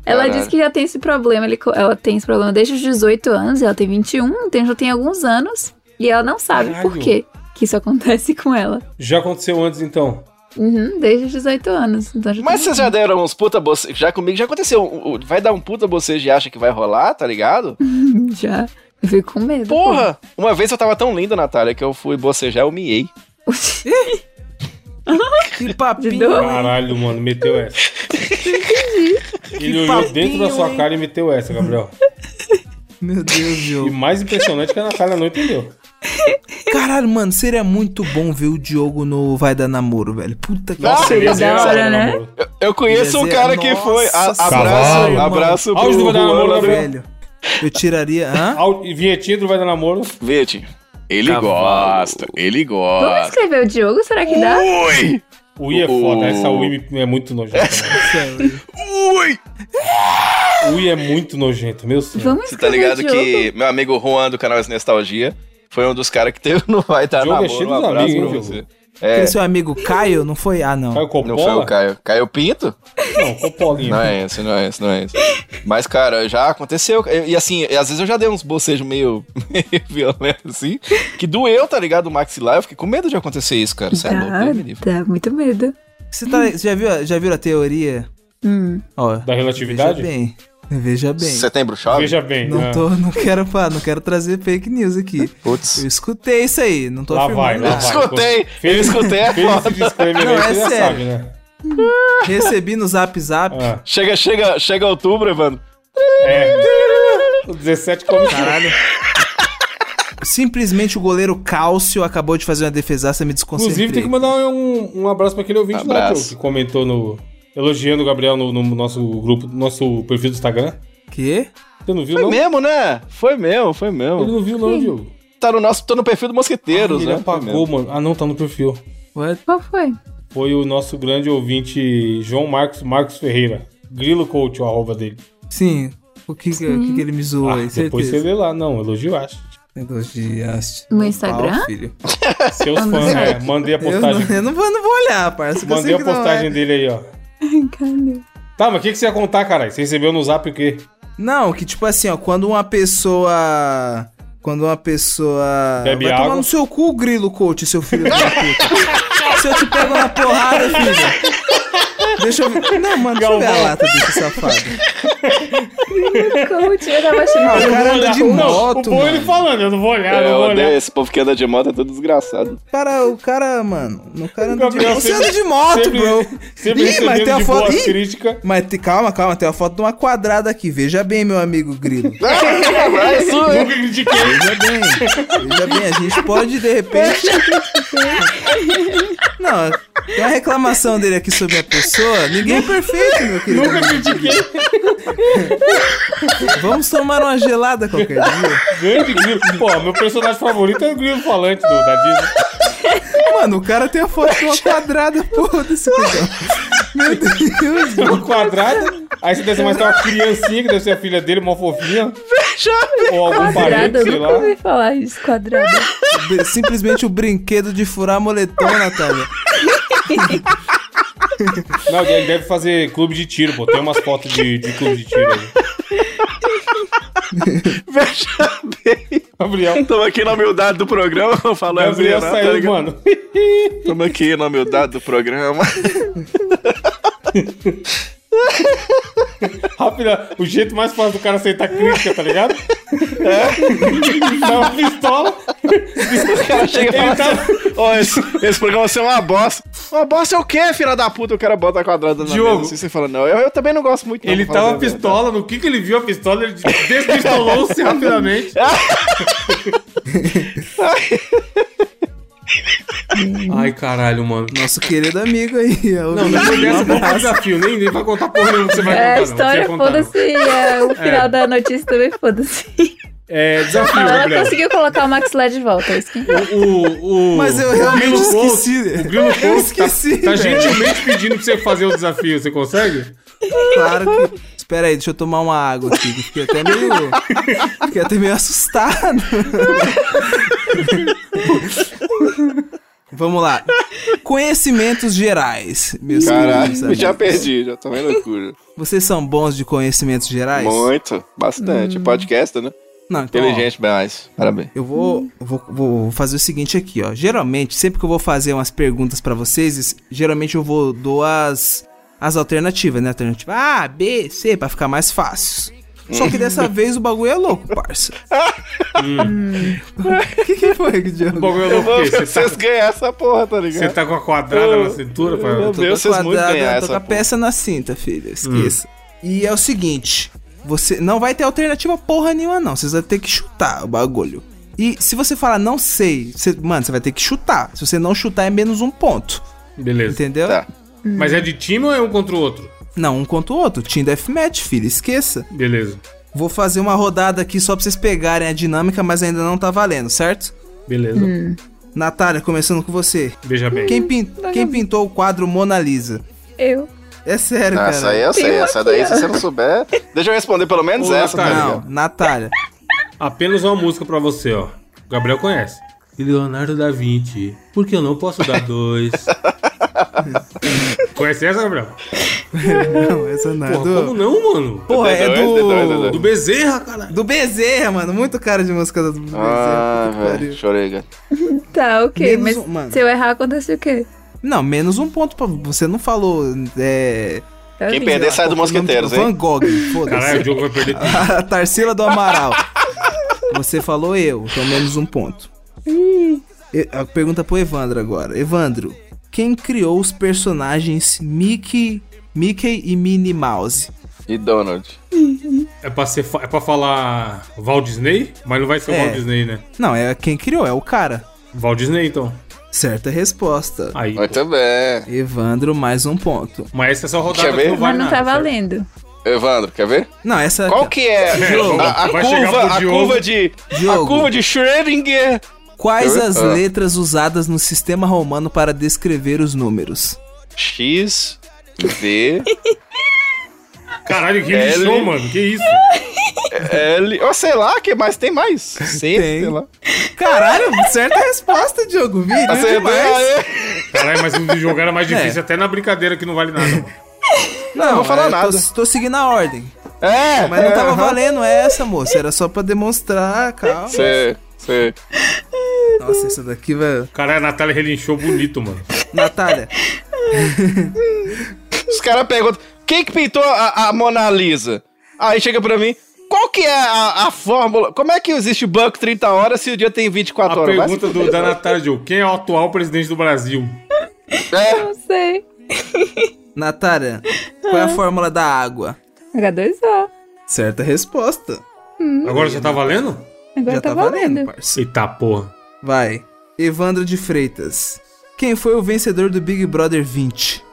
[SPEAKER 4] Ela
[SPEAKER 5] Caralho.
[SPEAKER 4] disse que já tem esse problema, ele co- ela tem esse problema desde os 18 anos, ela tem 21, então já tem alguns anos, e ela não sabe
[SPEAKER 3] Caralho.
[SPEAKER 4] por quê que isso acontece com ela.
[SPEAKER 3] Já aconteceu antes, então.
[SPEAKER 4] Uhum, desde os 18 anos. Então já
[SPEAKER 5] Mas
[SPEAKER 4] tem...
[SPEAKER 5] vocês já deram uns puta boce... Já comigo já aconteceu. O- o- Vai dar um puta bocejo e acha que vai rolar, tá ligado?
[SPEAKER 4] já. Eu fico com medo.
[SPEAKER 5] Porra! Uma vez eu tava tão lindo, Natália, que eu fui bocejar, eu miei.
[SPEAKER 4] pô.
[SPEAKER 6] Que
[SPEAKER 4] De
[SPEAKER 6] papinho.
[SPEAKER 4] dor?
[SPEAKER 3] Caralho, mano, meteu essa. Ele
[SPEAKER 6] Que
[SPEAKER 3] olhou
[SPEAKER 6] papinho,
[SPEAKER 3] dentro da sua
[SPEAKER 6] hein?
[SPEAKER 3] cara e meteu essa, Gabriel.
[SPEAKER 6] Meu Deus,
[SPEAKER 3] E
[SPEAKER 6] Diogo.
[SPEAKER 3] mais impressionante que a Natália não entendeu.
[SPEAKER 6] Caralho, mano, seria muito bom ver o Diogo no Vai Dar Namoro, velho. Puta que
[SPEAKER 5] Nossa,
[SPEAKER 3] ele
[SPEAKER 5] da
[SPEAKER 3] zero,
[SPEAKER 4] hora,
[SPEAKER 3] cara,
[SPEAKER 4] né?
[SPEAKER 3] namoro.
[SPEAKER 5] Eu conheço um
[SPEAKER 6] Dizer,
[SPEAKER 5] cara que
[SPEAKER 6] nossa
[SPEAKER 5] foi. A- abraço,
[SPEAKER 6] senhora,
[SPEAKER 5] abraço
[SPEAKER 3] mano. Auge do
[SPEAKER 5] pro
[SPEAKER 3] Guaraná,
[SPEAKER 5] Juan
[SPEAKER 3] mano,
[SPEAKER 5] Ladrão.
[SPEAKER 6] velho. Eu tiraria. Hã?
[SPEAKER 3] Au- E vinhetinha do Vai Dar Namoro.
[SPEAKER 5] Vete, ele
[SPEAKER 6] Cavalo.
[SPEAKER 5] gosta, ele
[SPEAKER 4] Vamos
[SPEAKER 5] gosta.
[SPEAKER 4] escrever o Diogo? Será que dá?
[SPEAKER 5] Ui!
[SPEAKER 3] O I é
[SPEAKER 5] O-
[SPEAKER 3] foda, essa Ui é muito nojenta. mano.
[SPEAKER 5] Ui!
[SPEAKER 3] O I é muito nojento, meu senhor.
[SPEAKER 4] Vamos
[SPEAKER 5] Você tá
[SPEAKER 4] escrever o
[SPEAKER 5] ligado
[SPEAKER 4] Diogo.
[SPEAKER 5] que meu amigo Juan do canal Essa Nostalgia foi um dos caras que teve no Vai Dar
[SPEAKER 3] Diogo é cheio
[SPEAKER 5] Namoro. Um
[SPEAKER 3] dos
[SPEAKER 5] abraço
[SPEAKER 3] amigos,
[SPEAKER 5] pra
[SPEAKER 3] hein,
[SPEAKER 5] você.
[SPEAKER 3] Diogo?
[SPEAKER 6] Aquele seu amigo Caio, não foi? Ah, não.
[SPEAKER 3] Caio
[SPEAKER 5] Não foi É. o
[SPEAKER 3] Coppola?
[SPEAKER 5] Caio. Caio Pinto?
[SPEAKER 3] Não, Coppolinha.
[SPEAKER 5] Não é esse, não é esse, não é esse. Mas, cara, já aconteceu. E assim, às vezes eu já dei uns bocejos meio, meio violentos, assim, que doeu, tá ligado? O maxilar. Eu fiquei com medo de acontecer isso, cara. Você é louco,
[SPEAKER 4] Dá,
[SPEAKER 5] Deus me livre.
[SPEAKER 4] dá Tá, muito medo.
[SPEAKER 6] Você, tá, você já, viu, a- já viu a teoria?
[SPEAKER 4] Hum.
[SPEAKER 6] Ó,
[SPEAKER 3] Da relatividade?
[SPEAKER 6] Veja bem. Veja bem.
[SPEAKER 5] Setembro chove?
[SPEAKER 3] Veja bem.
[SPEAKER 6] Não
[SPEAKER 3] né?
[SPEAKER 6] tô, não quero, pá, não quero trazer fake news aqui.
[SPEAKER 5] Putz.
[SPEAKER 6] Eu escutei isso aí, não tô
[SPEAKER 3] Lá
[SPEAKER 6] afirmando
[SPEAKER 3] vai, lá
[SPEAKER 6] nada.
[SPEAKER 3] vai.
[SPEAKER 5] Escutei, eu escutei é, a
[SPEAKER 3] Fez
[SPEAKER 5] foto.
[SPEAKER 3] esse disclaimer
[SPEAKER 6] Não,
[SPEAKER 3] aí,
[SPEAKER 6] é
[SPEAKER 3] você já
[SPEAKER 6] sério.
[SPEAKER 3] sabe, né?
[SPEAKER 6] Recebi no zap zap.
[SPEAKER 3] Ah,
[SPEAKER 5] Chega, chega, chega outubro, Evandro.
[SPEAKER 3] é. O 17 como Caralho.
[SPEAKER 6] Simplesmente o goleiro Cálcio acabou de fazer uma defesaça, me desconcentrei.
[SPEAKER 3] Inclusive, tem que mandar um, um abraço pra aquele ouvinte lá,
[SPEAKER 5] Abraço.
[SPEAKER 3] Diogo, que comentou no... Elogiando o Gabriel no, no nosso grupo, no nosso perfil do Instagram.
[SPEAKER 6] Quê?
[SPEAKER 3] Você não viu,
[SPEAKER 5] Foi
[SPEAKER 3] não?
[SPEAKER 5] mesmo, né? Foi mesmo, foi
[SPEAKER 3] Ele
[SPEAKER 5] mesmo.
[SPEAKER 3] não viu, não, Diogo.
[SPEAKER 5] Tá no nosso, tô no perfil do Mosqueteiros,
[SPEAKER 3] Ele
[SPEAKER 5] né? Foi mesmo.
[SPEAKER 3] apagou, mano. Ah, não, tá no perfil.
[SPEAKER 6] What?
[SPEAKER 4] Qual foi?
[SPEAKER 3] Foi o nosso grande ouvinte, João Marcos, Marcos Ferreira. Grilo Coach, o arroba dele.
[SPEAKER 6] Sim. O que, que- o que que ele me zoou
[SPEAKER 3] Ah,
[SPEAKER 6] aí?
[SPEAKER 3] depois você vê
[SPEAKER 6] Certeza.
[SPEAKER 3] lá. Não, elogio acho.
[SPEAKER 6] Elogiaste.
[SPEAKER 4] No Instagram?
[SPEAKER 6] Pau, filho.
[SPEAKER 3] Seus fãs, é. Mandei a
[SPEAKER 6] Eu, não,
[SPEAKER 3] postagem.
[SPEAKER 6] eu não, vou, não vou olhar, parça. que eu
[SPEAKER 3] Mandei
[SPEAKER 6] sei
[SPEAKER 3] a
[SPEAKER 6] que não é.
[SPEAKER 3] postagem dele aí, ó.
[SPEAKER 4] Cadê?
[SPEAKER 3] Tá, mas o que, que você ia contar, caralho? Você recebeu no zap o quê?
[SPEAKER 6] Não, que tipo assim, ó, quando uma pessoa. Quando uma pessoa.
[SPEAKER 3] Bebe
[SPEAKER 6] vai
[SPEAKER 3] água.
[SPEAKER 6] tomar no seu cu, grilo, coach, seu filho da puta. Se eu te pego na porrada, filho. Deixa eu ver. Não, mano, deixa eu ver a
[SPEAKER 3] Galvão.
[SPEAKER 6] lata desse safado.
[SPEAKER 4] Coach, eu tava achando.
[SPEAKER 6] Ah, o cara anda de
[SPEAKER 3] o
[SPEAKER 6] moto,
[SPEAKER 3] bom é ele
[SPEAKER 6] mano.
[SPEAKER 3] falando, É, eu não vou olhar,
[SPEAKER 5] É,
[SPEAKER 3] não vou olhar.
[SPEAKER 8] esse povo que anda de moto, é todo desgraçado.
[SPEAKER 6] Cara, o cara, mano. O cara anda de
[SPEAKER 3] Gabriel
[SPEAKER 6] moto. Você
[SPEAKER 3] sempre-
[SPEAKER 6] anda de moto,
[SPEAKER 3] assim. sempre-
[SPEAKER 6] bro.
[SPEAKER 3] Sempre
[SPEAKER 6] Ih, mas
[SPEAKER 3] recebendo
[SPEAKER 6] tem a
[SPEAKER 3] de
[SPEAKER 6] foto-
[SPEAKER 3] boas
[SPEAKER 6] Ih!
[SPEAKER 3] críticas.
[SPEAKER 6] Mas te- calma, calma, tem uma foto de uma quadrada aqui. Veja bem, meu amigo grilo.
[SPEAKER 8] Vai, sua.
[SPEAKER 3] Nunca critiquei.
[SPEAKER 6] Veja bem, veja Hum. bem, a gente pode de repente. Não, tem uma reclamação dele aqui sobre a pessoa. Ninguém é perfeito, meu querido.
[SPEAKER 3] Nunca critiquei.
[SPEAKER 6] Vamos tomar uma gelada qualquer dia.
[SPEAKER 3] Grande grilo. Pô, meu personagem favorito é o grilo falante do, da Disney.
[SPEAKER 6] Mano, o cara tem a foto de uma quadrada, porra, desse cuzão. Meu Deus, mano.
[SPEAKER 3] Um quadrado. Aí você desce mais tem uma criancinha que deve ser a filha dele, uma fofinha. Ou algum Ah, um
[SPEAKER 4] Quadrado,
[SPEAKER 3] parente,
[SPEAKER 4] eu
[SPEAKER 3] sei
[SPEAKER 4] nunca
[SPEAKER 3] lá.
[SPEAKER 4] ouvi falar isso, quadrado.
[SPEAKER 6] B- simplesmente o brinquedo de furar moletom, Natália.
[SPEAKER 3] Não, ele deve fazer clube de tiro, pô. Tem umas fotos de, de clube de tiro aí.
[SPEAKER 5] Veja bem.
[SPEAKER 3] Gabriel.
[SPEAKER 5] Tamo aqui na humildade do programa. Eu falo, é
[SPEAKER 3] Gabriel
[SPEAKER 5] Breno, tá
[SPEAKER 3] saiu,
[SPEAKER 5] ligado?
[SPEAKER 3] mano.
[SPEAKER 5] Tamo aqui na humildade do programa.
[SPEAKER 3] Rápido, o jeito mais fácil do cara aceitar crítica, tá ligado? É. Dá uma pistola.
[SPEAKER 5] O cara chega e fala
[SPEAKER 3] Ele tá-
[SPEAKER 5] assim, ó, esse, esse programa vai ser uma bosta. Uma bosta é o quê, filha da puta? O cara bota a quadrada na
[SPEAKER 3] Diogo.
[SPEAKER 5] mesa. Assim, você fala, não, eu, eu também não gosto muito. não,
[SPEAKER 3] Ele
[SPEAKER 5] pra falar
[SPEAKER 3] tava
[SPEAKER 5] a
[SPEAKER 6] um
[SPEAKER 5] verdade.
[SPEAKER 3] pistola, no que que ele viu a pistola, ele despistolou-se rapidamente. Ai, caralho, mano.
[SPEAKER 6] Nosso querido amigo aí. é ó.
[SPEAKER 3] Não, depois dessa não faz desafio, nem, nem vai contar porra nenhuma que você vai
[SPEAKER 4] É, a
[SPEAKER 3] contar, não. Você ia
[SPEAKER 4] história,
[SPEAKER 3] contar, não.
[SPEAKER 4] foda-se. é, o final da notícia também, foda-se.
[SPEAKER 3] É, desafio,
[SPEAKER 4] Ela
[SPEAKER 3] Gabriel.
[SPEAKER 4] conseguiu colocar o maxilar de volta, é isso que
[SPEAKER 3] O, o,
[SPEAKER 6] Mas eu
[SPEAKER 3] o
[SPEAKER 6] realmente
[SPEAKER 3] Grilo Couto-
[SPEAKER 6] esqueci.
[SPEAKER 3] O Grilo Couto
[SPEAKER 6] Eu esqueci,
[SPEAKER 3] tá, tá
[SPEAKER 6] velho.
[SPEAKER 3] gentilmente pedindo pra você fazer o desafio, você consegue?
[SPEAKER 6] Claro que. Espera aí, deixa eu tomar uma água aqui. que Fiquei até meio. Fiquei até meio assustado. Vamos lá. Conhecimentos gerais, meus queridos
[SPEAKER 5] Caralho,
[SPEAKER 6] amigos.
[SPEAKER 5] já perdi, já tomei loucura.
[SPEAKER 6] Vocês são bons de conhecimentos gerais?
[SPEAKER 5] Muito, bastante. Podcast, né?
[SPEAKER 6] Não, então, ó,
[SPEAKER 5] Inteligente, mas. Parabéns.
[SPEAKER 6] eu vou, eu vou, vou fazer o seguinte aqui, ó. Geralmente, sempre que eu vou fazer umas perguntas pra vocês, es- geralmente eu vou dou as, as alternativas, né? Alternativa A, B, C, pra ficar mais fácil. Só que dessa vez o bagulho é louco, parça. O que, que foi,
[SPEAKER 3] O
[SPEAKER 6] Diogo?
[SPEAKER 3] bagulho é louco,
[SPEAKER 5] Eu vou
[SPEAKER 3] o quê?
[SPEAKER 5] ver
[SPEAKER 3] Você
[SPEAKER 5] vocês
[SPEAKER 3] tá,
[SPEAKER 5] ganhar essa porra, tá
[SPEAKER 3] você
[SPEAKER 5] ligado?
[SPEAKER 3] tá com a quadrada na cintura, pai?
[SPEAKER 5] Eu-
[SPEAKER 6] Tô com a
[SPEAKER 5] vocês muito
[SPEAKER 6] quadrada,
[SPEAKER 5] ganhar
[SPEAKER 6] tô
[SPEAKER 5] essa
[SPEAKER 6] com
[SPEAKER 5] porra.
[SPEAKER 6] a
[SPEAKER 5] Hum.
[SPEAKER 6] peça na cinta, filho. Esqueça. E é o seguinte: você não vai ter alternativa porra nenhuma, não. Vocês vão ter que chutar o bagulho. E se você falar não sei, você- mano, você vai ter que chutar. Se você não chutar, é menos um ponto.
[SPEAKER 3] Beleza.
[SPEAKER 6] Entendeu?
[SPEAKER 5] Tá.
[SPEAKER 3] Mas é de time ou é um contra o outro?
[SPEAKER 6] Não, um contra o outro. Team Deathmatch, filho. Esqueça.
[SPEAKER 3] Beleza.
[SPEAKER 6] Vou fazer uma rodada aqui só pra vocês pegarem a dinâmica, mas ainda não tá valendo, certo?
[SPEAKER 3] Beleza.
[SPEAKER 4] Hum.
[SPEAKER 6] Natália, começando com você.
[SPEAKER 3] Veja bem.
[SPEAKER 6] Quem, pin- quem pintou o quadro Mona Lisa?
[SPEAKER 4] eu.
[SPEAKER 6] É sério,
[SPEAKER 5] Ah,
[SPEAKER 6] cara.
[SPEAKER 5] essa aí eu sei,
[SPEAKER 4] Tem
[SPEAKER 5] essa
[SPEAKER 4] aqui,
[SPEAKER 5] daí
[SPEAKER 4] ó.
[SPEAKER 5] se você não souber. Deixa eu responder pelo menos
[SPEAKER 3] Ô,
[SPEAKER 5] essa, tá
[SPEAKER 3] Natália.
[SPEAKER 5] ligado?
[SPEAKER 6] Não, Natália.
[SPEAKER 3] Apenas uma música pra você, ó. O Gabriel conhece. Leonardo da Vinci. Por que eu não posso dar dois? conhece essa, Gabriel?
[SPEAKER 6] Não, essa não é
[SPEAKER 3] Porra,
[SPEAKER 6] do-
[SPEAKER 3] como não, mano?
[SPEAKER 6] Porra, é
[SPEAKER 5] Dedói, dedói,
[SPEAKER 6] do.
[SPEAKER 5] dedói.
[SPEAKER 3] Do Bezerra, cara.
[SPEAKER 6] Do Bezerra, mano. Muito cara de música do Bezerra.
[SPEAKER 5] Ah,
[SPEAKER 6] puta que
[SPEAKER 5] velho,
[SPEAKER 6] pariu.
[SPEAKER 5] chorei, cara.
[SPEAKER 4] Tá, ok,
[SPEAKER 6] Menos
[SPEAKER 4] mas
[SPEAKER 6] um, mano.
[SPEAKER 4] se eu errar, acontece o quê? É
[SPEAKER 6] Não, menos um ponto pra. Você não falou. É.
[SPEAKER 4] Tá
[SPEAKER 5] Quem
[SPEAKER 4] vindo.
[SPEAKER 5] perder sai do
[SPEAKER 6] qual que é o nome
[SPEAKER 5] Mosqueteiros,
[SPEAKER 6] do- Van
[SPEAKER 5] hein?
[SPEAKER 6] Gogh,
[SPEAKER 3] Caralho, o
[SPEAKER 6] foda-se.
[SPEAKER 3] jogo vai perder. tudo.
[SPEAKER 6] A Tarsila do Amaral. Você falou eu, então menos um ponto. E- A pergunta pro Evandro agora. Evandro, quem criou os personagens Mickey, Mickey e Minnie Mouse?
[SPEAKER 5] E Donald.
[SPEAKER 3] É pra, ser, fa- é pra falar Walt Disney? Mas não vai ser o
[SPEAKER 6] É.
[SPEAKER 3] Walt Disney, né?
[SPEAKER 6] Não, é quem criou, é o cara.
[SPEAKER 3] Walt Disney, então.
[SPEAKER 6] Certa resposta.
[SPEAKER 3] Aí.
[SPEAKER 5] Muito bem.
[SPEAKER 6] Evandro, mais um ponto.
[SPEAKER 3] Mas essa é só rodada
[SPEAKER 5] Quer ver?
[SPEAKER 3] que não
[SPEAKER 4] Mas
[SPEAKER 3] vale
[SPEAKER 4] não
[SPEAKER 3] nada,
[SPEAKER 4] tá
[SPEAKER 3] certo?
[SPEAKER 4] valendo.
[SPEAKER 5] Evandro, quer ver?
[SPEAKER 6] Não, essa.
[SPEAKER 5] Qual que é
[SPEAKER 3] Diogo,
[SPEAKER 5] a, a
[SPEAKER 3] vai chegar
[SPEAKER 5] curva,
[SPEAKER 3] pro
[SPEAKER 5] a
[SPEAKER 3] Diogo.
[SPEAKER 5] curva de
[SPEAKER 6] Diogo.
[SPEAKER 5] a curva de Schrödinger?
[SPEAKER 6] Quais
[SPEAKER 5] Eu-
[SPEAKER 6] as
[SPEAKER 5] ah.
[SPEAKER 6] letras usadas no sistema romano para descrever os números?
[SPEAKER 5] X V
[SPEAKER 3] Caralho, que
[SPEAKER 5] L.
[SPEAKER 3] lixão, mano. Que isso?
[SPEAKER 5] É, li- eu sei lá, que mais tem mais? Sei,
[SPEAKER 6] Tem.
[SPEAKER 5] sei lá.
[SPEAKER 6] Caralho, certa resposta, Diogo. Vídeo,
[SPEAKER 5] Acertei,
[SPEAKER 6] É demais.
[SPEAKER 5] aê.
[SPEAKER 3] Caralho, mas o jogo era mais
[SPEAKER 5] É.
[SPEAKER 3] difícil, até na brincadeira que não vale nada. mano.
[SPEAKER 6] Não,
[SPEAKER 5] vou falar
[SPEAKER 6] eu tô-
[SPEAKER 5] nada.
[SPEAKER 6] Tô, seguindo a ordem.
[SPEAKER 5] É,
[SPEAKER 6] Mas não
[SPEAKER 5] é,
[SPEAKER 6] tava
[SPEAKER 5] aham.
[SPEAKER 6] valendo essa, moça. Era só pra demonstrar, calma.
[SPEAKER 5] Sei, sei.
[SPEAKER 6] Nossa, essa daqui vai...
[SPEAKER 3] Caralho, a Natália relinchou bonito, mano.
[SPEAKER 6] Natália,
[SPEAKER 5] Os caras perguntam, quem que pintou a, a Mona Lisa? Aí chega pra mim, qual que é a, a fórmula? Como é que existe banco 30 horas se o dia tem 24
[SPEAKER 3] A
[SPEAKER 5] horas? Vai se
[SPEAKER 3] pergunta do- da Natália Joe: quem é o atual presidente do Brasil?
[SPEAKER 5] É,
[SPEAKER 4] Não sei.
[SPEAKER 6] Natália, qual é a fórmula da água?
[SPEAKER 4] H2O.
[SPEAKER 6] Certa resposta.
[SPEAKER 3] Agora já tá valendo?
[SPEAKER 4] Agora
[SPEAKER 6] Já
[SPEAKER 4] tá,
[SPEAKER 6] tá
[SPEAKER 4] valendo.
[SPEAKER 6] valendo, parceiro.
[SPEAKER 3] Eita porra.
[SPEAKER 6] Vai. Evandro de Freitas. Quem foi o vencedor do Big Brother 20?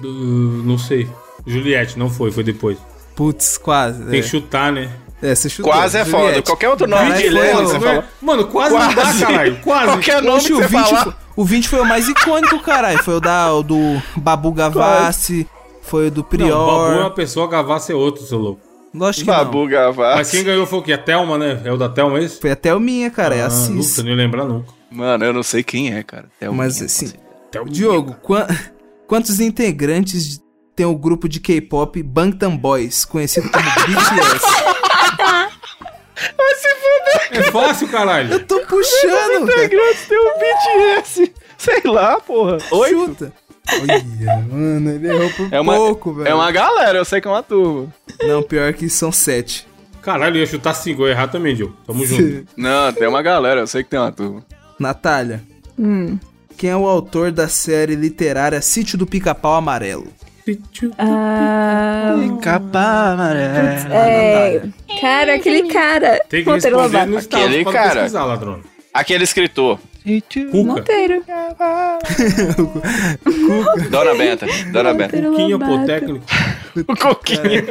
[SPEAKER 3] Do- não sei. Juliette, não foi, foi depois.
[SPEAKER 6] Putz, quase.
[SPEAKER 3] Tem
[SPEAKER 6] é.
[SPEAKER 3] que chutar, né?
[SPEAKER 6] É, você chutou.
[SPEAKER 5] quase é foda.
[SPEAKER 6] Juliette.
[SPEAKER 5] Qualquer outro nome
[SPEAKER 6] Caralho,
[SPEAKER 5] de
[SPEAKER 6] foi,
[SPEAKER 5] Helena,
[SPEAKER 6] ó.
[SPEAKER 3] Não
[SPEAKER 5] você
[SPEAKER 3] é-
[SPEAKER 5] fala.
[SPEAKER 3] Mano, quase, não dá, caralho. Quase.
[SPEAKER 5] Qualquer nome
[SPEAKER 6] Oxe,
[SPEAKER 5] que
[SPEAKER 6] o,
[SPEAKER 5] você
[SPEAKER 6] 20 foi,
[SPEAKER 5] falar.
[SPEAKER 6] o 20 foi o mais icônico, caralho. Foi o, da, o do Babu Gavassi, foi o do
[SPEAKER 3] Não, Babu é uma
[SPEAKER 6] Prior.
[SPEAKER 3] pessoa, Gavassi é outro, seu louco.
[SPEAKER 6] Lógico que não.
[SPEAKER 5] Babu
[SPEAKER 3] tipo, Mas quem
[SPEAKER 5] Gavassi.
[SPEAKER 3] ganhou foi o quê? A Thelma, né? É o da Thelma, é isso?
[SPEAKER 6] Foi até o minha, cara. É
[SPEAKER 3] Ah,
[SPEAKER 6] Assis.
[SPEAKER 3] nunca, nem lembrar nunca.
[SPEAKER 5] Mano, eu não sei quem é, cara. Até o
[SPEAKER 6] Mas
[SPEAKER 5] Minha,
[SPEAKER 6] assim,
[SPEAKER 3] Thelma.
[SPEAKER 6] Diogo, quan- quantos integrantes tem o grupo de K-pop Bangtan Boys, conhecido como BTS?
[SPEAKER 3] É fácil, caralho.
[SPEAKER 6] Eu tô puxando, velho.
[SPEAKER 5] Integrantes tem um BTS. Sei lá, porra. Oito?
[SPEAKER 6] Chuta. Olha, mano, ele errou por
[SPEAKER 5] É uma-
[SPEAKER 6] pouco, velho.
[SPEAKER 5] É uma galera, eu sei que é uma turma.
[SPEAKER 6] Não, pior que são sete.
[SPEAKER 3] Caralho, eu ia chutar cinco, eu ia errar também, Diogo. Tamo junto.
[SPEAKER 5] Não, tem uma galera, eu sei que tem uma turma.
[SPEAKER 6] Natália. Quem é o autor da série literária Sítio do Pica-Pau Amarelo?
[SPEAKER 4] Ah,
[SPEAKER 6] Pica-Pau Amarelo.
[SPEAKER 4] é... Cara, aquele cara.
[SPEAKER 3] Tem que
[SPEAKER 4] Monteiro
[SPEAKER 3] responder
[SPEAKER 4] Lobato.
[SPEAKER 3] no estado
[SPEAKER 5] Aquele
[SPEAKER 3] pra
[SPEAKER 5] cara.
[SPEAKER 3] pesquisar, ladrão.
[SPEAKER 5] Aquele escritor,
[SPEAKER 3] Cuca.
[SPEAKER 4] Monteiro.
[SPEAKER 5] Dona Benta. Dona Benta.
[SPEAKER 4] Monteiro
[SPEAKER 3] Cuquinha, pô,
[SPEAKER 4] Lobato.
[SPEAKER 3] técnico.
[SPEAKER 5] O Coquinha.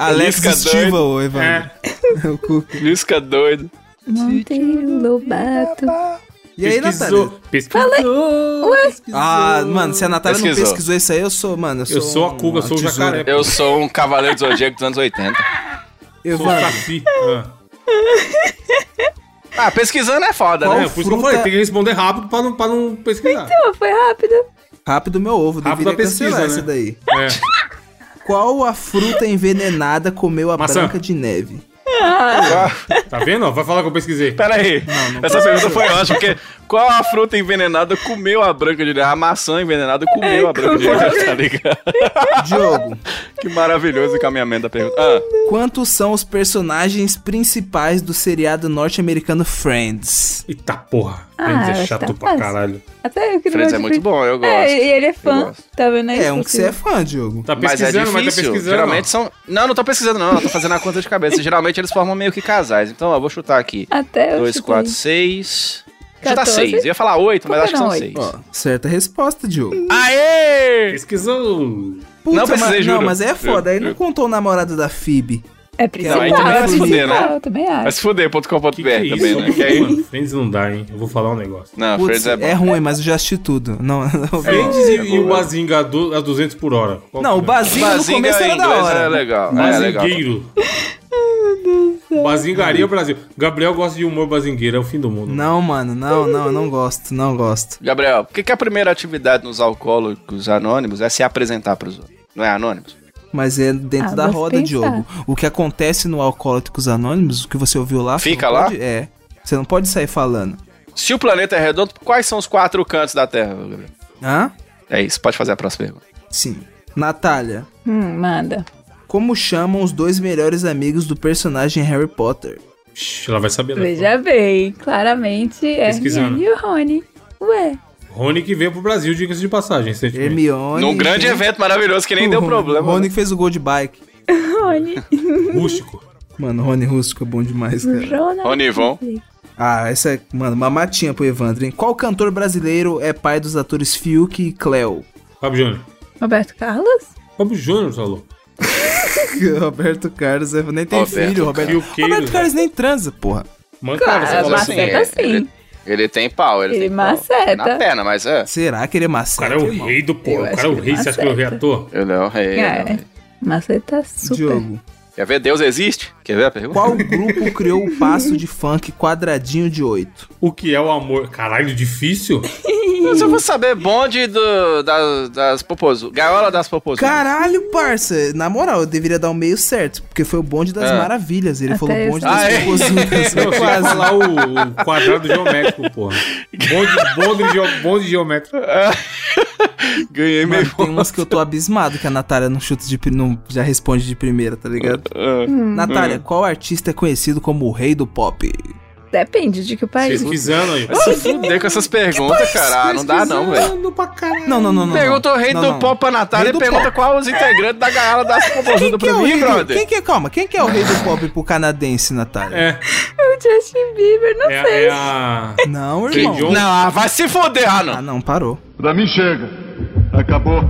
[SPEAKER 6] Alex
[SPEAKER 5] Lisca
[SPEAKER 6] Estiva, ô, Evandro.
[SPEAKER 3] É.
[SPEAKER 6] O Cuca.
[SPEAKER 5] Lisca doido.
[SPEAKER 4] Monteiro Lobato.
[SPEAKER 6] E aí, Natália?
[SPEAKER 3] Pesquisou. Pesquisou.
[SPEAKER 6] Ah, mano, se a Natália
[SPEAKER 5] Pesquisou.
[SPEAKER 6] não pesquisou isso aí, eu sou, mano, eu sou
[SPEAKER 3] Eu sou a
[SPEAKER 6] um-
[SPEAKER 3] Cuca,
[SPEAKER 6] uma
[SPEAKER 3] sou o
[SPEAKER 6] tesoura.
[SPEAKER 3] jacaré.
[SPEAKER 5] Eu sou um cavaleiro do zodíaco dos anos 80.
[SPEAKER 3] sou o
[SPEAKER 6] Evandro,
[SPEAKER 3] Saci. Ah.
[SPEAKER 5] Ah, pesquisando é foda,
[SPEAKER 6] Qual
[SPEAKER 3] É, por
[SPEAKER 5] né?
[SPEAKER 3] isso que eu
[SPEAKER 6] fruta-
[SPEAKER 3] falei, tem que responder rápido pra não, pra não pesquisar.
[SPEAKER 4] Pô, foi rápido.
[SPEAKER 6] rápido meu ovo,
[SPEAKER 3] Rápido
[SPEAKER 6] deveria
[SPEAKER 3] a pesquisa,
[SPEAKER 6] cancelar
[SPEAKER 3] né?
[SPEAKER 6] essa daí.
[SPEAKER 4] Então.
[SPEAKER 3] É.
[SPEAKER 6] Qual a fruta envenenada comeu a
[SPEAKER 3] Maçã.
[SPEAKER 6] Branca de Neve?
[SPEAKER 3] Tá vendo? ó? Vai falar que eu pesquisei.
[SPEAKER 5] Pera aí. Ah, Essa pergunta foi ótima, porque qual a fruta envenenada comeu a branca de neve? A maçã envenenada comeu a branca de neve, tá ligado?
[SPEAKER 6] Diogo,
[SPEAKER 5] Que maravilhoso o caminhamento da pergunta. Ah,
[SPEAKER 6] quantos são os personagens principais do seriado norte-americano Friends?
[SPEAKER 3] Eita porra.
[SPEAKER 4] Ah,
[SPEAKER 3] Friends é
[SPEAKER 4] tá
[SPEAKER 3] chato pra
[SPEAKER 4] fácil.
[SPEAKER 3] caralho.
[SPEAKER 4] Até eu queria
[SPEAKER 5] Friends é muito bom, eu gosto.
[SPEAKER 4] É, e ele é
[SPEAKER 5] Eu
[SPEAKER 4] fã.
[SPEAKER 5] gosto.
[SPEAKER 4] Tá vendo aí?
[SPEAKER 6] É, um que você é fã, Diogo.
[SPEAKER 3] Tá
[SPEAKER 5] Mas é
[SPEAKER 3] pesquisando, mas, tá
[SPEAKER 5] difícil.
[SPEAKER 3] pesquisando.
[SPEAKER 5] Geralmente são. Não, não tô pesquisando, não. Eu tô fazendo a conta de cabeça. Geralmente eles formam meio que casais. Então, ó, eu vou chutar aqui.
[SPEAKER 4] Até Ah, eu
[SPEAKER 5] 2,
[SPEAKER 4] chutei.
[SPEAKER 5] 4, 6. Chutar
[SPEAKER 4] 14.
[SPEAKER 5] 6. Ia falar 8, mas
[SPEAKER 4] Por
[SPEAKER 5] acho que
[SPEAKER 4] que não
[SPEAKER 5] são
[SPEAKER 4] um oito?
[SPEAKER 5] 6.
[SPEAKER 6] Ó, certa resposta, Diogo.
[SPEAKER 5] Aê!
[SPEAKER 3] Pesquisou.
[SPEAKER 6] Puta,
[SPEAKER 5] Ah, Não precisei,
[SPEAKER 6] mas,
[SPEAKER 5] juro.
[SPEAKER 6] Não, mas é foda. Aí não contou o namorado da Phoebe.
[SPEAKER 4] É
[SPEAKER 6] Não,
[SPEAKER 4] principal.
[SPEAKER 6] aí também
[SPEAKER 4] é
[SPEAKER 6] vai se fuder,
[SPEAKER 5] né?
[SPEAKER 4] principal, Eu também
[SPEAKER 5] Vai
[SPEAKER 4] acho.
[SPEAKER 5] se fuder.com.br
[SPEAKER 3] Que que é
[SPEAKER 5] também,
[SPEAKER 3] isso?
[SPEAKER 5] né? Que aí...
[SPEAKER 3] Mano, Friends não dá, hein? Eu vou falar um negócio.
[SPEAKER 5] Não,
[SPEAKER 6] Putz,
[SPEAKER 5] Friends é
[SPEAKER 6] é,
[SPEAKER 5] bom.
[SPEAKER 6] ruim, mas eu já assisti tudo. Não, não,
[SPEAKER 3] Friends e,
[SPEAKER 5] bom,
[SPEAKER 3] e
[SPEAKER 5] é
[SPEAKER 3] o
[SPEAKER 5] bom.
[SPEAKER 3] Bazinga a, du- a 200 por hora. Qual
[SPEAKER 6] não o
[SPEAKER 3] que é?
[SPEAKER 6] Bazinga no
[SPEAKER 5] Bazinga
[SPEAKER 6] começo
[SPEAKER 5] em
[SPEAKER 6] era da
[SPEAKER 5] inglês
[SPEAKER 6] hora.
[SPEAKER 5] é legal. É legal.
[SPEAKER 3] Bazingueiro. Bazingaria é Brasil. Gabriel gosta de humor bazingueiro, é o fim do mundo.
[SPEAKER 6] Não, mano, não, não, não gosto, não gosto.
[SPEAKER 5] Gabriel, por que, que a primeira atividade nos alcoólicos anônimos é se apresentar pros outros? Não é anônimos?
[SPEAKER 6] Mas é dentro
[SPEAKER 4] Ah,
[SPEAKER 6] da
[SPEAKER 4] vou
[SPEAKER 6] roda,
[SPEAKER 4] pensar.
[SPEAKER 6] Diogo. O que acontece no Alcoólicos Anônimos, o que você ouviu lá... você
[SPEAKER 5] Fica
[SPEAKER 6] não
[SPEAKER 5] lá?
[SPEAKER 6] pode- é, você não pode sair falando.
[SPEAKER 5] Se o planeta é redondo, quais são os quatro cantos da Terra, Gabriel?
[SPEAKER 6] Hã?
[SPEAKER 5] É isso, pode fazer a próxima pergunta.
[SPEAKER 6] Sim. Natália,
[SPEAKER 4] Hum, manda.
[SPEAKER 6] como chamam os dois melhores amigos do personagem Harry Potter?
[SPEAKER 3] Ixi, ela vai saber. né?
[SPEAKER 4] Veja bem, claramente é
[SPEAKER 3] Pesquisando.
[SPEAKER 4] Hermione e o Rony. Ué,
[SPEAKER 3] Rony que veio pro Brasil, diga-se de passagem. recentemente.
[SPEAKER 6] Hermione...
[SPEAKER 5] Num grande
[SPEAKER 6] gente,
[SPEAKER 5] evento maravilhoso que nem deu
[SPEAKER 6] o
[SPEAKER 5] problema. né?
[SPEAKER 6] Rony que fez o gol de bike.
[SPEAKER 4] Rony.
[SPEAKER 3] Rústico.
[SPEAKER 6] Mano, Rony Rústico é bom demais, cara.
[SPEAKER 4] Jonathan.
[SPEAKER 5] Rony Ivon.
[SPEAKER 6] Ah, essa é, mano, uma matinha pro Evandro, hein? Qual cantor brasileiro é pai dos atores Fiuk e Cleo?
[SPEAKER 3] Fábio Júnior.
[SPEAKER 4] Roberto Carlos?
[SPEAKER 3] Fábio Júnior falou.
[SPEAKER 6] Roberto Carlos é- nem tem
[SPEAKER 5] Roberto né?
[SPEAKER 6] filho, Roberto.
[SPEAKER 3] Carlos. Fiuqueiro,
[SPEAKER 6] Roberto Carlos nem transa, porra.
[SPEAKER 3] Mancaram essa
[SPEAKER 4] Cara,
[SPEAKER 3] palavra.
[SPEAKER 4] mas- maceta sim.
[SPEAKER 5] assim, é, Ele, ele tem pau, ele,
[SPEAKER 4] Ele
[SPEAKER 5] tem pau.
[SPEAKER 4] maceta.
[SPEAKER 5] Na perna, mas é.
[SPEAKER 6] Será que ele é
[SPEAKER 3] O
[SPEAKER 6] macete?
[SPEAKER 3] cara é
[SPEAKER 5] um
[SPEAKER 3] o
[SPEAKER 6] irmão?
[SPEAKER 3] rei do porra.
[SPEAKER 4] Eu
[SPEAKER 3] O cara é o
[SPEAKER 4] acho que
[SPEAKER 3] rei, você acha que eu é o rei
[SPEAKER 4] maceta.
[SPEAKER 3] ator?
[SPEAKER 5] Eu não, é.
[SPEAKER 4] É. Mas ele tá super.
[SPEAKER 6] Diogo,
[SPEAKER 5] Quer ver Deus existe? Quer ver a pergunta?
[SPEAKER 6] Qual grupo criou o passo de funk quadradinho de 8?
[SPEAKER 3] O que é o amor? Caralho, difícil.
[SPEAKER 5] Se eu vou saber bonde do, das, das popozu- gaiola das popozudas.
[SPEAKER 6] Caralho, parça. Na moral, eu deveria dar o meio certo, porque foi o bonde das
[SPEAKER 5] É.
[SPEAKER 6] maravilhas. Ele
[SPEAKER 1] Até
[SPEAKER 6] falou
[SPEAKER 1] eu
[SPEAKER 6] bonde
[SPEAKER 5] sei. Ah,
[SPEAKER 6] das
[SPEAKER 5] é?
[SPEAKER 6] popozudas.
[SPEAKER 3] Eu sei
[SPEAKER 6] Quase.
[SPEAKER 3] falar o, o quadrado geométrico, porra. Bonde, bonde, geo- bonde geométrico.
[SPEAKER 5] Ganhei
[SPEAKER 6] Mano,
[SPEAKER 5] meio
[SPEAKER 6] tem umas que eu tô abismado que a Natália não chuta de pri- não já responde de primeira, tá ligado?
[SPEAKER 5] Ah,
[SPEAKER 4] Hum.
[SPEAKER 6] Natália, qual artista é conhecido como o rei do pop?
[SPEAKER 4] Depende de que país.
[SPEAKER 3] Pesquisando aí.
[SPEAKER 5] Vai se fuder com essas perguntas, cara. Ah, Não dá não, velho.
[SPEAKER 3] Pesquisando pra caralho.
[SPEAKER 6] Não, não, não, não.
[SPEAKER 5] Pergunta
[SPEAKER 6] não.
[SPEAKER 5] o rei
[SPEAKER 6] Não,
[SPEAKER 5] do
[SPEAKER 6] não.
[SPEAKER 5] pop pra Natália
[SPEAKER 6] Rei do
[SPEAKER 5] e pergunta
[SPEAKER 6] pop.
[SPEAKER 5] qual os integrantes da gaiola das popozudas
[SPEAKER 6] Quem que, é
[SPEAKER 5] pra
[SPEAKER 6] o
[SPEAKER 5] mim,
[SPEAKER 6] rei do,
[SPEAKER 5] brother.
[SPEAKER 6] quem que é, calma, quem que é o rei do pop pro canadense, Natália?
[SPEAKER 3] É,
[SPEAKER 4] O Justin Bieber, não.
[SPEAKER 3] é, é a.
[SPEAKER 6] Não,
[SPEAKER 3] Kate
[SPEAKER 6] irmão.
[SPEAKER 3] Jones.
[SPEAKER 5] Não, ah, vai se foder, ah,
[SPEAKER 6] Ah,
[SPEAKER 5] não.
[SPEAKER 6] não, parou.
[SPEAKER 9] Pra mim chega. Acabou.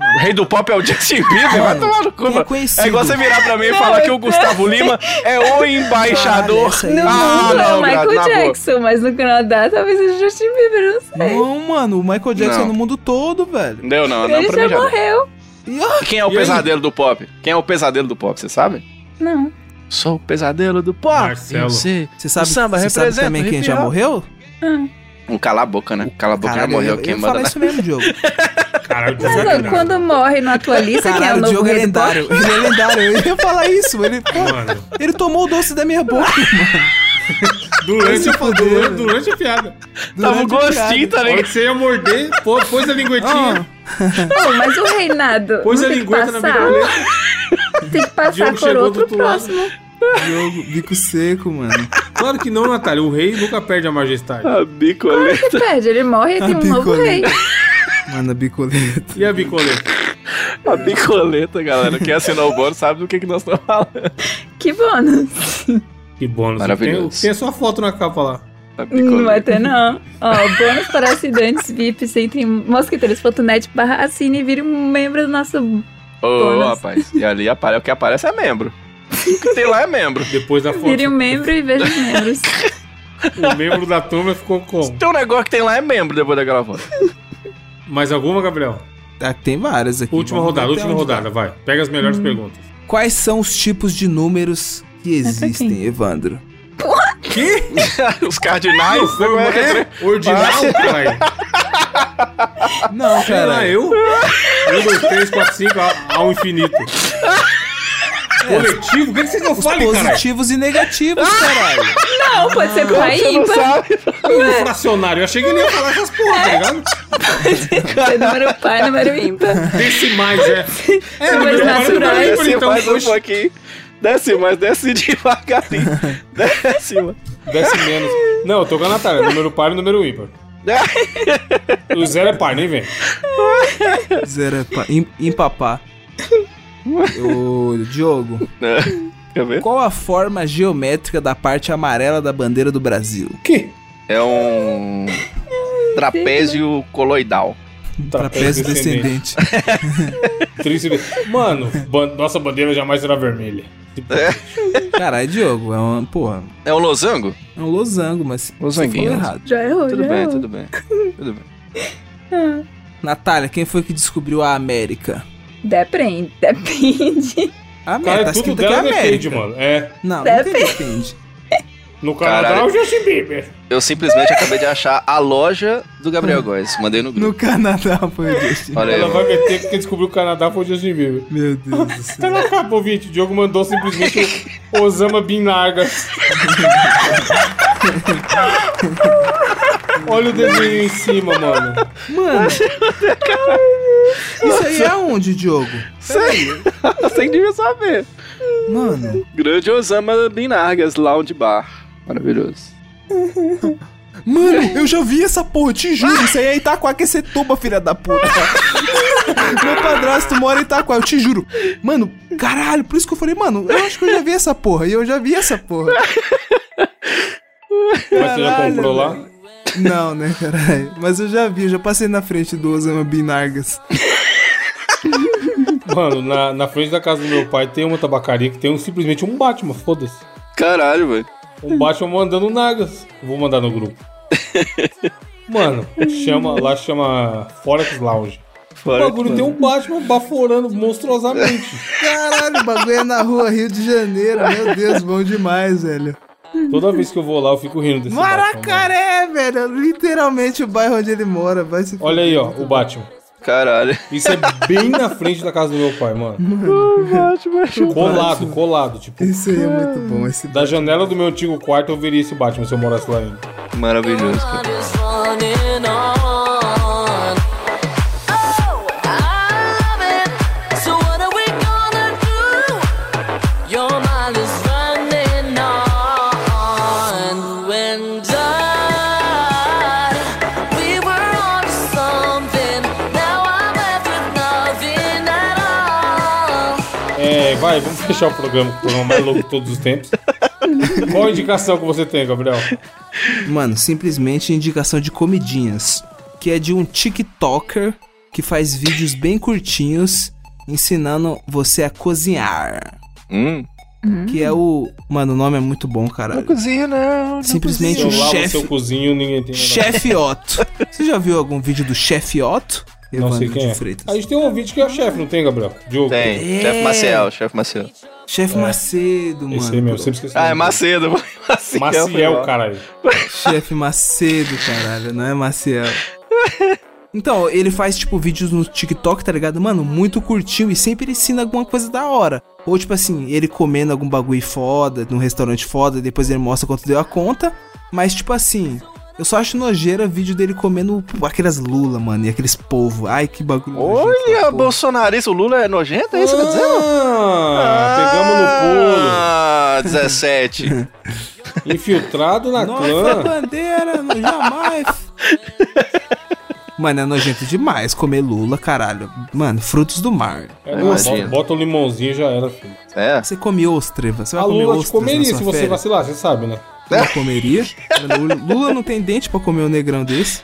[SPEAKER 5] O rei do pop é o Justin Bieber, vai
[SPEAKER 6] Mano,
[SPEAKER 5] tomar no cu,
[SPEAKER 6] quem é
[SPEAKER 5] mano.
[SPEAKER 6] conhecido?
[SPEAKER 5] É igual você virar pra mim e falar que o Gustavo Lima é o embaixador.
[SPEAKER 6] Caralho, essa aí.
[SPEAKER 5] ah,
[SPEAKER 4] não, é o
[SPEAKER 5] brother,
[SPEAKER 4] Michael
[SPEAKER 5] na boa.
[SPEAKER 4] Jackson, mas no Canadá talvez seja o Justin Bieber, eu não sei.
[SPEAKER 6] Não, mano, o Michael Jackson
[SPEAKER 5] Não.
[SPEAKER 6] é no mundo todo, velho.
[SPEAKER 5] Deu não, não,
[SPEAKER 4] Ele
[SPEAKER 5] pra
[SPEAKER 6] é
[SPEAKER 4] já
[SPEAKER 5] mim já deu.
[SPEAKER 4] morreu.
[SPEAKER 6] E, ó,
[SPEAKER 5] E Quem é o
[SPEAKER 3] E aí?
[SPEAKER 5] pesadelo do pop? Quem é o pesadelo do pop, você sabe?
[SPEAKER 4] Não.
[SPEAKER 5] Sou o pesadelo do pop.
[SPEAKER 3] Marcelo.
[SPEAKER 5] Eu sei.
[SPEAKER 6] você sabe,
[SPEAKER 5] O samba
[SPEAKER 6] você sabe
[SPEAKER 5] representa
[SPEAKER 6] também
[SPEAKER 5] hip
[SPEAKER 6] quem já
[SPEAKER 5] hop.
[SPEAKER 6] morreu?
[SPEAKER 5] Um cala a boca, né? Cala a boca já
[SPEAKER 6] Caralho,
[SPEAKER 5] morreu,
[SPEAKER 6] eu,
[SPEAKER 5] quem
[SPEAKER 6] eu
[SPEAKER 5] manda
[SPEAKER 6] falar
[SPEAKER 5] na...
[SPEAKER 6] isso mesmo, Diogo.
[SPEAKER 3] Caralho,
[SPEAKER 4] Mas ó,
[SPEAKER 3] Mano,
[SPEAKER 4] quando morre no atualista, quem é o
[SPEAKER 6] Caralho, o
[SPEAKER 4] novo
[SPEAKER 6] Diogo é
[SPEAKER 4] rei do pop?
[SPEAKER 6] lendário. Ele é lendário, eu ia falar isso. Ele, pô,
[SPEAKER 3] Mano,
[SPEAKER 6] ele tomou o doce da minha boca, mano.
[SPEAKER 3] durante,
[SPEAKER 6] Esse
[SPEAKER 3] a,
[SPEAKER 6] poder,
[SPEAKER 3] durante,
[SPEAKER 6] velho.
[SPEAKER 3] durante a piada.
[SPEAKER 5] Tava um
[SPEAKER 6] Durante a
[SPEAKER 5] gostinho, tá
[SPEAKER 3] A hora
[SPEAKER 5] ligado?
[SPEAKER 3] que você ia morder, pô, pôs a
[SPEAKER 6] Ó,
[SPEAKER 3] linguetinha.
[SPEAKER 4] Ah. Não, mas o reinado.
[SPEAKER 3] Pôs
[SPEAKER 4] não
[SPEAKER 3] a
[SPEAKER 4] tem que
[SPEAKER 3] lingueta na
[SPEAKER 4] passar.
[SPEAKER 3] minha
[SPEAKER 4] Tem que passar
[SPEAKER 3] Diogo
[SPEAKER 4] por
[SPEAKER 3] chegou do
[SPEAKER 4] outro
[SPEAKER 3] outro lado.
[SPEAKER 4] próximo.
[SPEAKER 6] Diogo, bico seco, mano.
[SPEAKER 3] Claro que não, Natália. O rei nunca perde a majestade.
[SPEAKER 5] A bicoleta.
[SPEAKER 4] Ele perde, ele morre e tem um novo rei.
[SPEAKER 6] Bicoleta. Mano, a bicoleta.
[SPEAKER 3] E a bicoleta?
[SPEAKER 5] A bicoleta, galera. Quem assinou o bônus sabe do que, que nós estamos falando.
[SPEAKER 4] Que bônus.
[SPEAKER 3] Que bônus.
[SPEAKER 5] Maravilhoso.
[SPEAKER 3] Tem, tem a sua foto na capa lá.
[SPEAKER 5] A
[SPEAKER 4] Não é vai ter, não. Ó, bônus para acidentes VIP, entre mosquiteiros.net barra assine e vire um membro do nosso...
[SPEAKER 5] Ô,
[SPEAKER 4] Bônus.
[SPEAKER 5] rapaz. E ali apare... o que aparece é membro. O que tem lá é membro.
[SPEAKER 3] Depois da foto.
[SPEAKER 4] Vire um membro e veja os membros.
[SPEAKER 3] O membro da turma ficou como?
[SPEAKER 5] Tem um negócio que tem lá é membro depois daquela foto.
[SPEAKER 3] Mais alguma, Gabriel?
[SPEAKER 6] Ah, tem várias aqui.
[SPEAKER 3] Última
[SPEAKER 6] Vamos ver
[SPEAKER 3] rodada,
[SPEAKER 6] até
[SPEAKER 3] última
[SPEAKER 6] onde tá? dá.
[SPEAKER 3] rodada, vai. Pega as melhores perguntas.
[SPEAKER 6] Quais são os tipos de números que
[SPEAKER 4] pra
[SPEAKER 6] existem, Evandro?
[SPEAKER 5] Os cardinais.
[SPEAKER 3] Não, foi
[SPEAKER 5] né?
[SPEAKER 3] é? Ordinal, caralho.
[SPEAKER 6] Não,
[SPEAKER 3] Sei lá,
[SPEAKER 6] cara.
[SPEAKER 3] eu? 1, 2, 3, 4, 5, ao infinito. Coletivo? O que que vocês não
[SPEAKER 6] Os
[SPEAKER 3] falam, caralho?
[SPEAKER 6] positivos e negativos, caralho.
[SPEAKER 4] Não, pode ser por aí,
[SPEAKER 5] Você não
[SPEAKER 4] ímpar.
[SPEAKER 5] sabe.
[SPEAKER 3] O Um fracionário. Eu achei que ele ia falar essas porra, tá ligado?
[SPEAKER 4] É número par, número ímpar.
[SPEAKER 3] Decimais, é. É, Gabriel, agora
[SPEAKER 4] Números
[SPEAKER 3] eu
[SPEAKER 4] naturais.
[SPEAKER 3] parei por
[SPEAKER 5] Desce
[SPEAKER 3] então.
[SPEAKER 5] mais um
[SPEAKER 3] Oxe,
[SPEAKER 5] pouquinho. Desce mais, desce devagarinho. Desce, mano.
[SPEAKER 3] Desce menos. Não, eu tô com a Natália. Número par e número ímpar. O zero é par, nem vem.
[SPEAKER 6] Zero é pa- im- empapar. Ô, Diogo,
[SPEAKER 5] Quer ver?
[SPEAKER 6] qual a forma geométrica da parte amarela da bandeira do Brasil?
[SPEAKER 3] Que?
[SPEAKER 5] É um trapézio coloidal.
[SPEAKER 3] Tá, é
[SPEAKER 6] Trapézio descendente.
[SPEAKER 3] Triste. Mano, ban- nossa bandeira jamais será vermelha. Tipo,
[SPEAKER 6] É, Caralho, Diogo, é um, porra,
[SPEAKER 5] É um losango?
[SPEAKER 6] é um losango, mas você falou
[SPEAKER 5] Losanguinho.
[SPEAKER 6] errado.
[SPEAKER 4] Já errou,
[SPEAKER 5] Tudo
[SPEAKER 4] já
[SPEAKER 5] bem,
[SPEAKER 4] errou.
[SPEAKER 5] tudo bem. Tudo bem.
[SPEAKER 6] Natália, quem foi que descobriu a América?
[SPEAKER 4] Depende, depende.
[SPEAKER 6] A América,
[SPEAKER 3] cara,
[SPEAKER 6] tá
[SPEAKER 3] tudo é
[SPEAKER 6] escrito aqui
[SPEAKER 3] dela
[SPEAKER 6] América.
[SPEAKER 3] depende, mano. É.
[SPEAKER 6] Não, não
[SPEAKER 4] Depende.
[SPEAKER 6] tem depende.
[SPEAKER 3] No Canadá é
[SPEAKER 5] Caralho.
[SPEAKER 3] o Justin Bieber.
[SPEAKER 5] Eu simplesmente acabei de achar a loja do Gabriel Góes. Mandei no grupo.
[SPEAKER 6] No Canadá foi o Justin.
[SPEAKER 5] Olha aí,
[SPEAKER 3] Ela
[SPEAKER 5] mano.
[SPEAKER 3] vai meter porque descobriu o Canadá foi o Justin Bieber.
[SPEAKER 6] Meu Deus do céu.
[SPEAKER 3] Então não acabou, ouvinte. O Diogo mandou simplesmente o Osama Bin Laden. Olha o desenho em cima, mano.
[SPEAKER 6] Mano. Isso aí é onde, Diogo?
[SPEAKER 5] Sei. Você que devia saber.
[SPEAKER 6] Mano.
[SPEAKER 5] Grande Osama Bin Nargas, Lounge Bar. Maravilhoso.
[SPEAKER 6] Mano, eu já vi essa porra, te juro. Isso aí é Itaquaquecetuba, filha da puta. Meu padrasto mora em Itaquá, eu te juro. Mano, caralho, por isso que eu falei, mano, eu acho que eu já vi essa porra. E eu já vi essa porra.
[SPEAKER 3] Mas você já
[SPEAKER 6] Caralho,
[SPEAKER 3] comprou lá?
[SPEAKER 6] Não, né, caralho. Mas eu já vi, eu já passei na frente do Osama Bin Nargas.
[SPEAKER 3] Mano, na, na frente da casa do meu pai tem uma tabacaria que tem um- simplesmente um Batman, foda-se.
[SPEAKER 5] Caralho, velho.
[SPEAKER 3] Um Batman mandando nagas. Vou mandar no grupo. Mano, chama, lá chama Forex Lounge. O
[SPEAKER 10] Fora
[SPEAKER 3] bagulho tem um Batman baforando monstruosamente.
[SPEAKER 6] Caralho, o bagulho é na rua Rio de Janeiro. Meu Deus, bom demais, velho.
[SPEAKER 3] Toda vez que eu vou lá, eu fico rindo desse Batman, mano.
[SPEAKER 6] Maracaré, velho. Literalmente o bairro onde ele mora. Vai se
[SPEAKER 3] Olha aí, ó, o Batman.
[SPEAKER 5] Caralho.
[SPEAKER 3] Isso é bem na frente da casa do meu pai, mano.
[SPEAKER 6] fuder.
[SPEAKER 3] Colado, colado. Tipo,
[SPEAKER 6] Isso aí é muito bom. Esse...
[SPEAKER 3] da janela do meu antigo quarto eu veria esse Batman se eu morasse lá ainda.
[SPEAKER 10] Maravilhoso. cara.
[SPEAKER 3] É, vai, vamos fechar o programa, o programa mais louco de todos os tempos. Qual a indicação que você tem, Gabriel?
[SPEAKER 6] Mano, simplesmente indicação de comidinhas. Que é de um TikToker que faz vídeos bem curtinhos ensinando você a cozinhar.
[SPEAKER 5] Hum.
[SPEAKER 6] Que é o. Mano, o nome é muito bom, caralho.
[SPEAKER 10] Cozinha não.
[SPEAKER 6] Simplesmente
[SPEAKER 3] Se eu
[SPEAKER 6] o
[SPEAKER 3] lavo
[SPEAKER 6] chefe.
[SPEAKER 3] seu cozinho, né? ninguém tem nada.
[SPEAKER 6] Chefe Otto. Você já viu algum vídeo do Chefe Otto?
[SPEAKER 3] Não sei
[SPEAKER 6] Evandro
[SPEAKER 3] quem
[SPEAKER 6] de
[SPEAKER 3] é. A
[SPEAKER 6] Freitas.
[SPEAKER 3] gente tem um ouvinte que é o chefe, não tem, Gabriel? Diogo.
[SPEAKER 5] Ah. Tem.
[SPEAKER 6] É.
[SPEAKER 5] Chefe Maciel, chefe Maciel.
[SPEAKER 6] Chefe Macedo,
[SPEAKER 3] É. Esse
[SPEAKER 6] mano.
[SPEAKER 3] aí mesmo, eu sempre esqueci.
[SPEAKER 5] Ah, é Macedo. Maciel,
[SPEAKER 3] Maciel, caralho.
[SPEAKER 6] Chefe Macedo, caralho, não é Maciel. Então, ele faz, tipo, vídeos no TikTok, tá ligado? Mano, muito curtinho e sempre ele ensina alguma coisa da hora. Ou, tipo assim, ele comendo algum bagulho foda, num restaurante foda, depois ele mostra quanto deu a conta. Mas, tipo assim, eu só acho nojeira vídeo dele comendo aquelas lula, mano, e aqueles povo. Ai, que bagulho. nojento,
[SPEAKER 5] é
[SPEAKER 10] Olha,
[SPEAKER 6] tá, porra.
[SPEAKER 10] bolsonarista, o Lula é nojento, é isso que tá dizendo?
[SPEAKER 3] Ah,
[SPEAKER 5] Ah, 17.
[SPEAKER 3] pegamos no pulo. Infiltrado na
[SPEAKER 6] Nossa
[SPEAKER 3] clã.
[SPEAKER 6] bandeira, não, jamais. Mano, é nojento demais comer lula, caralho. Mano, frutos do mar.
[SPEAKER 3] É, não, bota,
[SPEAKER 5] Imagina.
[SPEAKER 3] bota um limãozinho já era, filho.
[SPEAKER 5] é.
[SPEAKER 6] Você come ostra, você vai
[SPEAKER 3] A
[SPEAKER 6] comer
[SPEAKER 3] Lula te
[SPEAKER 6] ostra.
[SPEAKER 3] comeria se você vacilar, você sabe, né?
[SPEAKER 6] Não comeria. Lula não tem dente pra comer um negrão desse.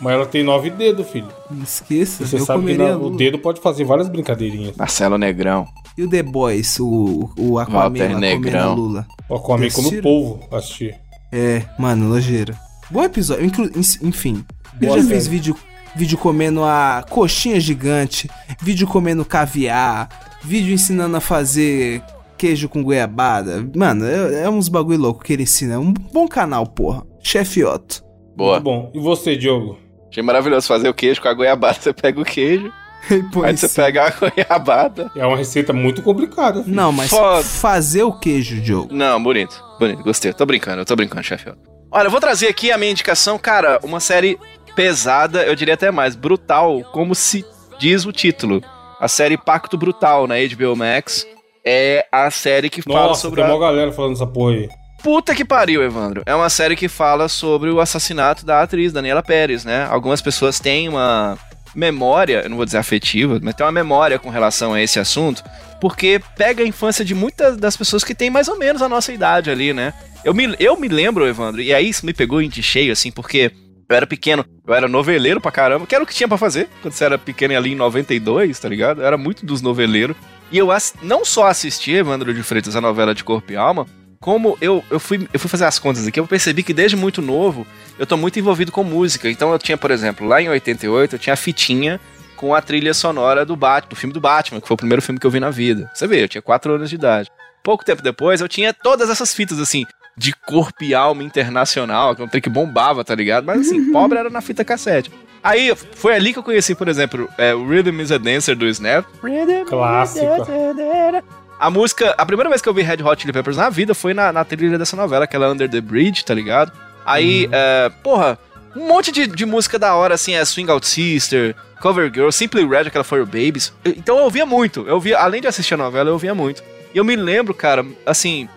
[SPEAKER 3] Mas ela tem nove dedos, filho.
[SPEAKER 6] Não esqueça,
[SPEAKER 3] Você
[SPEAKER 6] eu
[SPEAKER 3] sabe que
[SPEAKER 6] comeria
[SPEAKER 3] na- o
[SPEAKER 6] Lula.
[SPEAKER 3] dedo pode fazer várias brincadeirinhas.
[SPEAKER 5] Marcelo Negrão.
[SPEAKER 6] E o The Boys, o, o
[SPEAKER 5] Walter
[SPEAKER 6] Aquaman lá comendo a
[SPEAKER 5] Negrão.
[SPEAKER 6] Lula.
[SPEAKER 3] Ó, come
[SPEAKER 6] Vocês
[SPEAKER 3] como
[SPEAKER 6] tiram?
[SPEAKER 3] polvo pra assistir.
[SPEAKER 6] É, mano, nojeira. Bom episódio, inclu- en- enfim. Ele
[SPEAKER 3] Boa
[SPEAKER 6] já
[SPEAKER 3] série.
[SPEAKER 6] fez vídeo, vídeo comendo a coxinha gigante, vídeo comendo caviar, vídeo ensinando a fazer queijo com goiabada. Mano, é, é uns bagulho louco que ele ensina. É um bom canal, porra. Chefe Otto.
[SPEAKER 5] Boa.
[SPEAKER 3] Muito bom. E você, Diogo?
[SPEAKER 5] Achei maravilhoso fazer o queijo com a goiabada. Você pega o queijo,
[SPEAKER 6] E põe
[SPEAKER 5] aí você tá- pega a goiabada.
[SPEAKER 3] É uma receita muito complicada, filho.
[SPEAKER 6] Não, mas
[SPEAKER 5] Foda.
[SPEAKER 6] fazer o queijo, Diogo.
[SPEAKER 5] Não, bonito. Bonito, gostei. Tô brincando, eu tô brincando, chefe. Olha, eu vou trazer aqui a minha indicação, cara, uma série pesada, eu diria até mais, brutal, como se diz o título. A série Pacto Brutal na HBO Max é a série que fala
[SPEAKER 3] Nossa,
[SPEAKER 5] sobre
[SPEAKER 3] tem
[SPEAKER 5] a É
[SPEAKER 3] uma galera falando essa porra aí.
[SPEAKER 5] Puta que pariu, Evandro. É uma série que fala sobre o assassinato da atriz Daniela Pérez, né? Algumas pessoas têm uma memória, eu não vou dizer afetiva, mas tem uma memória com relação a esse assunto, porque pega a infância de muitas das pessoas que têm mais ou menos a nossa idade ali, né? Eu me, eu me lembro, Evandro, e aí isso me pegou de cheio, assim, porque eu era pequeno, eu era noveleiro pra caramba, que era o que tinha pra fazer quando você era pequeno ali em 92, tá ligado? Eu era muito dos noveleiros. E eu ass- não só assisti, Evandro de Freitas, a novela de Corpo e Alma, como eu, eu, fui, eu fui fazer as contas aqui, eu percebi que desde muito novo eu tô muito envolvido com música. Então eu tinha, por exemplo, lá em 88, eu tinha a fitinha com a trilha sonora do Batman, do filme do Batman, que foi o primeiro filme que eu vi na vida. Você vê, eu tinha 4 anos de idade. Pouco tempo depois, eu tinha todas essas fitas, assim, de corpo e alma internacional, que é um trem que bombava, tá ligado? Mas assim, pobre era na fita cassete. Aí, foi ali que eu conheci, por exemplo, é, o Rhythm is a Dancer do Snap. é
[SPEAKER 3] Clássica.
[SPEAKER 5] A música, a primeira vez que eu vi Red Hot Chili Peppers na vida foi na, na trilha dessa novela, aquela Under the Bridge, tá ligado? Aí, é, porra, um monte de, de música da hora, assim, é Swing Out Sister, Cover Girl, Simply Red, aquela For Your Babies. Então eu ouvia muito, eu ouvia, além de assistir a novela, eu ouvia muito. E eu me lembro, cara, assim,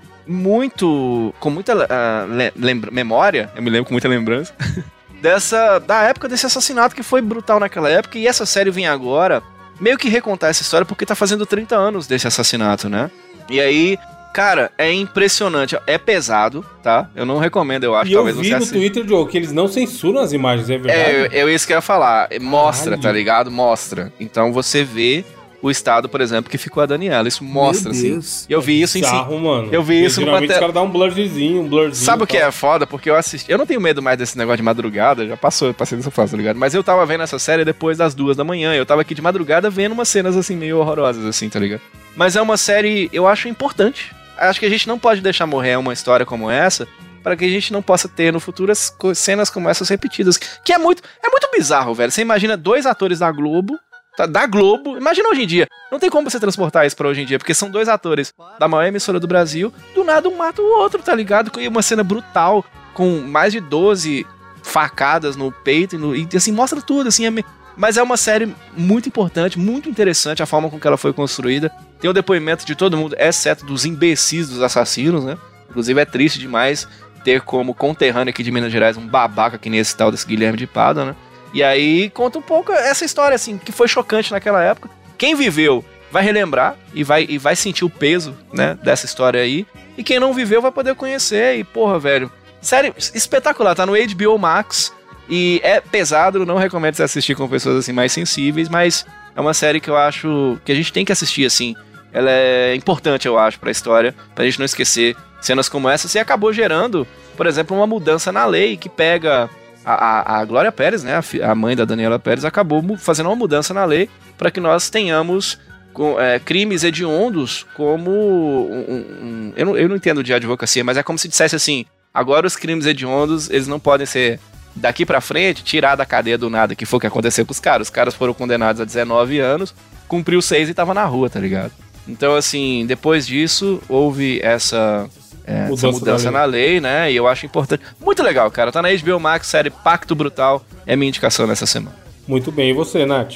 [SPEAKER 5] muito, com muita ah, le- lembra- memória, eu me lembro com muita lembrança, dessa, da época desse assassinato que foi brutal naquela época, e essa série vem agora meio que recontar essa história porque tá fazendo 30 anos desse assassinato, né? E aí, cara, é impressionante. É pesado, tá? Eu não recomendo, eu acho.
[SPEAKER 3] E eu
[SPEAKER 5] talvez
[SPEAKER 3] vi
[SPEAKER 5] você
[SPEAKER 3] no
[SPEAKER 5] assista.
[SPEAKER 3] Twitter, Diogo, que eles não censuram as imagens, é verdade?
[SPEAKER 5] É, eu, eu isso que eu ia falar. Mostra,
[SPEAKER 3] Caralho.
[SPEAKER 5] tá ligado? Mostra. Então você vê o estado, por exemplo, que ficou a Daniela. Isso mostra,
[SPEAKER 6] Meu
[SPEAKER 5] assim.
[SPEAKER 6] Deus.
[SPEAKER 5] E eu vi isso em si.
[SPEAKER 3] Bizarro, mano.
[SPEAKER 5] Eu vi
[SPEAKER 3] Porque
[SPEAKER 5] isso no
[SPEAKER 3] Geralmente
[SPEAKER 5] Pantera-
[SPEAKER 3] os caras dão um blurzinho, um blurzinho.
[SPEAKER 5] Sabe o
[SPEAKER 3] e
[SPEAKER 5] que
[SPEAKER 3] tal.
[SPEAKER 5] é foda? Porque eu assisti. Eu não tenho medo mais desse negócio de madrugada, já passou, eu passei dessa fase, tá ligado? Mas eu tava vendo essa série depois das duas da manhã. Eu tava aqui de madrugada vendo umas cenas assim meio horrorosas, assim, tá ligado? Mas é uma série, eu acho importante. Acho que a gente não pode deixar morrer uma história como essa para que a gente não possa ter no futuro as co- cenas como essas repetidas. Que é muito. É muito bizarro, velho. Você imagina dois atores da Globo. tá? Da Globo, imagina hoje em dia. Não tem como você transportar isso pra hoje em dia, porque são dois atores da maior emissora do Brasil, do nada um mata o outro, tá ligado? E uma cena brutal, com mais de 12 facadas no peito, e, no- e, assim, mostra tudo, assim. é me- mas é uma série muito importante, muito interessante a forma com que ela foi construída. Tem o depoimento de todo mundo, exceto dos imbecis dos assassinos, né? Inclusive é triste demais ter como conterrâneo aqui de Minas Gerais um babaca que nem esse tal desse Guilherme de Pada, né? E aí conta um pouco essa história, assim, que foi chocante naquela época. Quem viveu vai relembrar e vai, e vai sentir o peso, né, dessa história aí. E quem não viveu vai poder conhecer. E, porra, velho, sério, espetacular. Tá no HBO Max e é pesado. Não recomendo você assistir com pessoas assim mais sensíveis, mas é uma série que eu acho que a gente tem que assistir assim. Ela é importante, eu acho, pra história, pra gente não esquecer cenas como essas. E acabou gerando, por exemplo, uma mudança na lei que pega. A, a, a Glória Pérez, né, a, fi- a mãe da Daniela Pérez, acabou mu- fazendo uma mudança na lei para que nós tenhamos com, é, crimes hediondos como um, um- um- eu, não, eu não entendo de advocacia, mas é como se dissesse assim, agora os crimes hediondos, eles não podem ser daqui pra frente tirar da cadeia do nada, que foi o que aconteceu com os caras. Os caras foram condenados a 19 anos, cumpriu 6 e tava na rua, tá ligado? Então, assim, depois disso, houve essa é, essa mudança,
[SPEAKER 3] Mudança da
[SPEAKER 5] na lei, né? E eu acho importante. Muito legal, cara. Tá na HBO Max, série Pacto Brutal. É minha indicação nessa semana.
[SPEAKER 3] Muito bem, e você, Nath?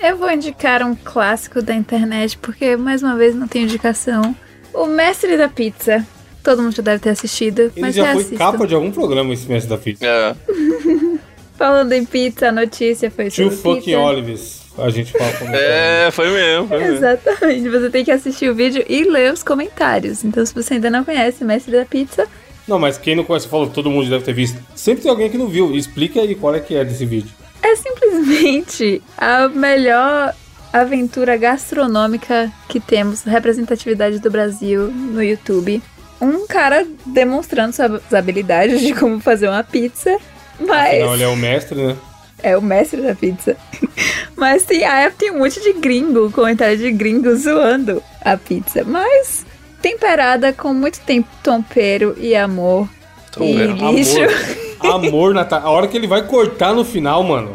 [SPEAKER 4] Eu vou indicar um clássico da internet, porque mais uma vez não tem indicação. O Mestre da Pizza. Todo mundo já deve ter assistido,
[SPEAKER 3] Ele
[SPEAKER 4] mas é
[SPEAKER 3] já foi
[SPEAKER 4] reassistam.
[SPEAKER 3] capa de algum programa esse mês da Fit.
[SPEAKER 5] É.
[SPEAKER 4] Falando em pizza, a notícia foi
[SPEAKER 3] Tio
[SPEAKER 4] sobre
[SPEAKER 3] fucking
[SPEAKER 4] pizza.
[SPEAKER 3] Olives. A gente fala como
[SPEAKER 5] é,
[SPEAKER 3] é.
[SPEAKER 5] foi mesmo, foi
[SPEAKER 4] Exatamente, você tem que assistir o vídeo e ler os comentários. Então, se você ainda não conhece o Mestre da Pizza,
[SPEAKER 3] Não, mas quem não conhece, falou, todo mundo deve ter visto. Sempre tem alguém que não viu. Explica aí qual é que é desse vídeo.
[SPEAKER 4] é simplesmente a melhor aventura gastronômica que temos, representatividade do Brasil no YouTube. Um cara demonstrando suas habilidades de como fazer uma pizza, mas
[SPEAKER 3] Afinal, ele é o mestre, né?
[SPEAKER 4] é o mestre da pizza. mas tem, ah, tem um monte de gringo, comentário de gringo zoando a pizza, mas temperada com muito tempo tompeiro e amor.
[SPEAKER 5] Então,
[SPEAKER 4] E-
[SPEAKER 5] é.
[SPEAKER 4] Lixo.
[SPEAKER 3] Amor, amor Natal. A hora que ele vai cortar no final, mano.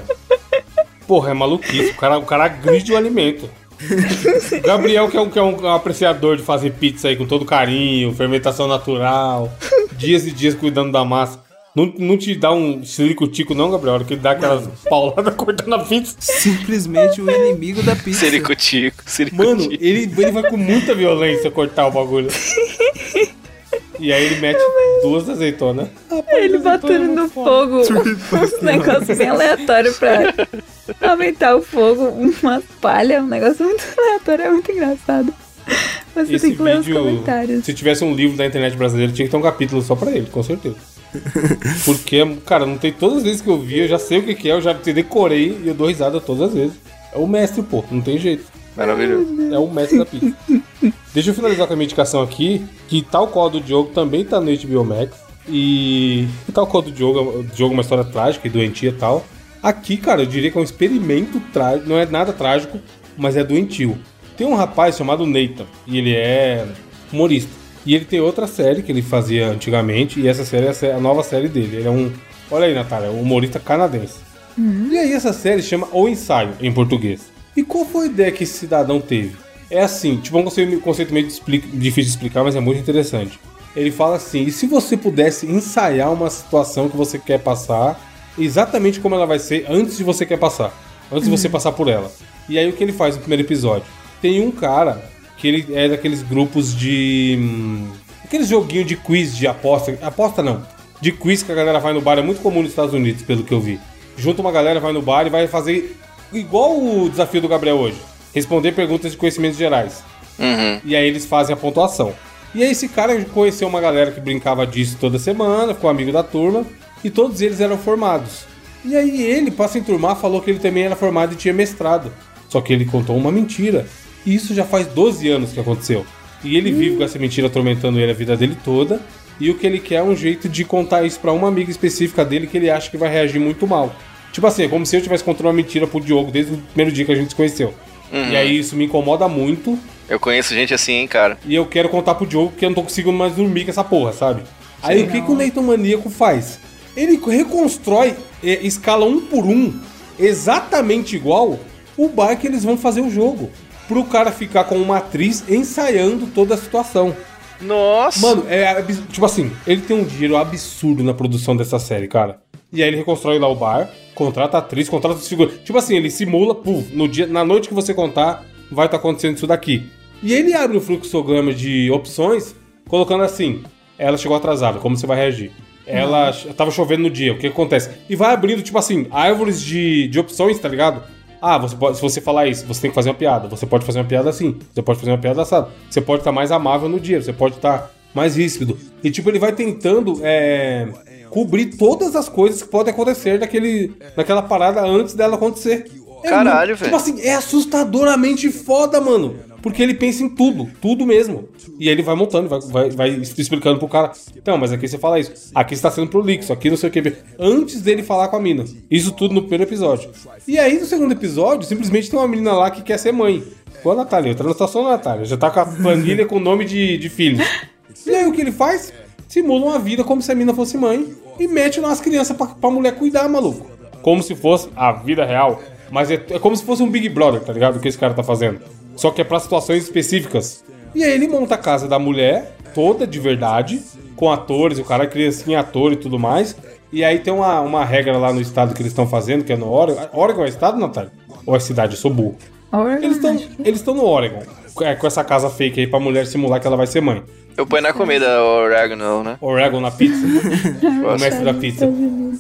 [SPEAKER 3] Porra, é maluquice. O cara, o cara agride o alimento. O Gabriel, que é, um, que é um apreciador de fazer pizza aí com todo carinho, fermentação natural, dias e dias cuidando da massa. Não, não te dá um silico-tico, não, Gabriel? A hora que ele dá aquelas pauladas cortando a pizza.
[SPEAKER 6] Simplesmente o inimigo da pizza.
[SPEAKER 5] Siricutico, siricutico.
[SPEAKER 3] Mano, ele, ele vai com muita violência cortar o bagulho. E aí ele mete duas azeitonas.
[SPEAKER 4] Ele batendo no fogo uns negócios bem aleatórios pra aumentar o fogo, uma palha, um negócio muito aleatório, é muito engraçado. Você
[SPEAKER 3] Esse
[SPEAKER 4] tem que ler os
[SPEAKER 3] vídeo,
[SPEAKER 4] comentários.
[SPEAKER 3] se tivesse um livro da internet brasileira, tinha que ter um capítulo só pra ele, com certeza. Porque, cara, não tem todas as vezes que eu vi, eu já sei o que, que é, eu já decorei e eu dou risada todas as vezes. É o mestre, pô, não tem jeito.
[SPEAKER 5] Maravilhoso.
[SPEAKER 3] É o mestre da pizza. Deixa eu finalizar com a minha indicação aqui, que tal qual do Diogo também tá no HBO Max. E tal qual do Diogo, o Diogo é uma história trágica e doentia e tal. Aqui, cara, eu diria que é um experimento trágico, não é nada trágico, mas é doentio. Tem um rapaz chamado Nathan, e ele é humorista. E ele tem outra série que ele fazia antigamente, e essa série é a sé- a nova série dele. Ele é um, olha aí, Natália, um humorista canadense. E aí essa série chama O Ensaio, em português. E qual foi a ideia que esse cidadão teve? É assim, tipo, é um conceito, um conceito meio de expli- difícil de explicar, mas é muito interessante. Ele fala assim, e se você pudesse ensaiar uma situação que você quer passar, exatamente como ela vai ser antes de você quer passar, antes de você passar por ela. E aí o que ele faz no primeiro episódio? Tem um cara que ele é daqueles grupos de... hum, Aqueles joguinho de quiz de aposta. Aposta não. De quiz que a galera vai no bar. É muito comum nos Estados Unidos, pelo que eu vi. Junta uma galera, vai no bar e vai fazer igual o desafio do Gabriel hoje. Responder perguntas de conhecimentos gerais. E aí eles fazem a pontuação. E aí esse cara conheceu uma galera que brincava disso toda semana, ficou amigo da turma, e todos eles eram formados. E aí ele, pra se enturmar, falou que ele também era formado e tinha mestrado. Só que ele contou uma mentira. E isso já faz 12 anos que aconteceu. E ele vive com essa mentira atormentando ele a vida dele toda. E o que ele quer é um jeito de contar isso pra uma amiga específica dele que ele acha que vai reagir muito mal. Tipo assim, é como se eu tivesse contando uma mentira pro Diogo desde o primeiro dia que a gente se conheceu. E aí isso me incomoda muito.
[SPEAKER 8] Eu conheço gente assim, hein, cara.
[SPEAKER 3] E eu quero contar pro Diogo que eu não tô conseguindo mais dormir com essa porra, sabe? Aí o que, que o leitomaníaco faz? Ele reconstrói, é, escala um por um, exatamente igual, o bar que eles vão fazer o jogo. Pro cara ficar com uma atriz ensaiando toda a situação.
[SPEAKER 8] Nossa!
[SPEAKER 3] Mano, é abs- tipo assim, ele tem um dinheiro absurdo na produção dessa série, cara. E aí ele reconstrói lá o bar, contrata a atriz, contrata os figurantes. Tipo assim, ele simula, puf, no dia, na noite que você contar, vai estar acontecendo isso daqui. E ele abre o fluxograma de opções, colocando assim: ela chegou atrasada, como você vai reagir? Ela ch- tava chovendo no dia, o que acontece? E vai abrindo, tipo assim, árvores de, de opções, tá ligado? Ah, você pode, se você falar isso, você tem que fazer uma piada. Você pode fazer uma piada assim, você pode fazer uma piada assada. Você pode estar mais amável no dia, você pode estar mais ríspido. E tipo, ele vai tentando é, cobrir todas as coisas que podem acontecer naquele, naquela parada antes dela acontecer. É
[SPEAKER 8] Caralho,
[SPEAKER 3] muito-
[SPEAKER 8] velho.
[SPEAKER 3] Tipo assim, é assustadoramente foda, mano. Porque ele pensa em tudo, tudo mesmo. E aí ele vai montando, vai, vai, vai explicando pro cara. Então, mas aqui você fala isso. Aqui você tá sendo prolixo, aqui não sei o que. Antes dele falar com a mina. Isso tudo no primeiro episódio. E aí no segundo episódio, simplesmente tem uma menina lá que quer ser mãe. Igual a Natália, outra situação da Natália. Já tá com a família com nome de, de filhos. E aí o que ele faz? Simula uma vida como se a mina fosse mãe e mete nas crianças pra, pra mulher cuidar, maluco. Como se fosse a vida real. Mas é, é como se fosse um Big Brother, tá ligado? O que esse cara tá fazendo. Só que é pra situações específicas. E aí ele monta a casa da mulher, toda de verdade, com atores, o cara cria assim ator e tudo mais. E aí tem uma, uma regra lá no estado que eles estão fazendo, que é no Oregon. Oregon é estado, Natália? Ou é cidade? Eu sou burro.
[SPEAKER 1] Oregon,
[SPEAKER 3] Eles estão
[SPEAKER 1] acho que-
[SPEAKER 3] eles tão no Oregon. é, Com essa casa fake aí pra mulher simular que ela vai ser mãe.
[SPEAKER 8] Eu ponho na comida o oregano, né?
[SPEAKER 3] Oregon na pizza. o mestre da pizza.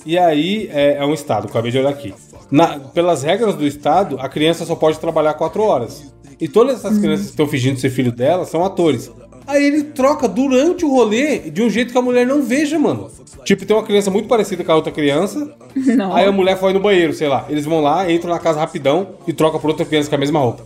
[SPEAKER 3] E aí é, é um estado, acabei de olhar aqui. Na- pelas regras do estado, a criança só pode trabalhar quatro horas. E todas essas crianças que estão fingindo ser filho dela são atores. Aí ele troca durante o rolê de um jeito que a mulher não veja, mano. Tipo, tem uma criança muito parecida com a outra criança. Aí a mulher foi no banheiro, sei lá. Eles vão lá, entram na casa rapidão e troca por outra criança com a mesma roupa.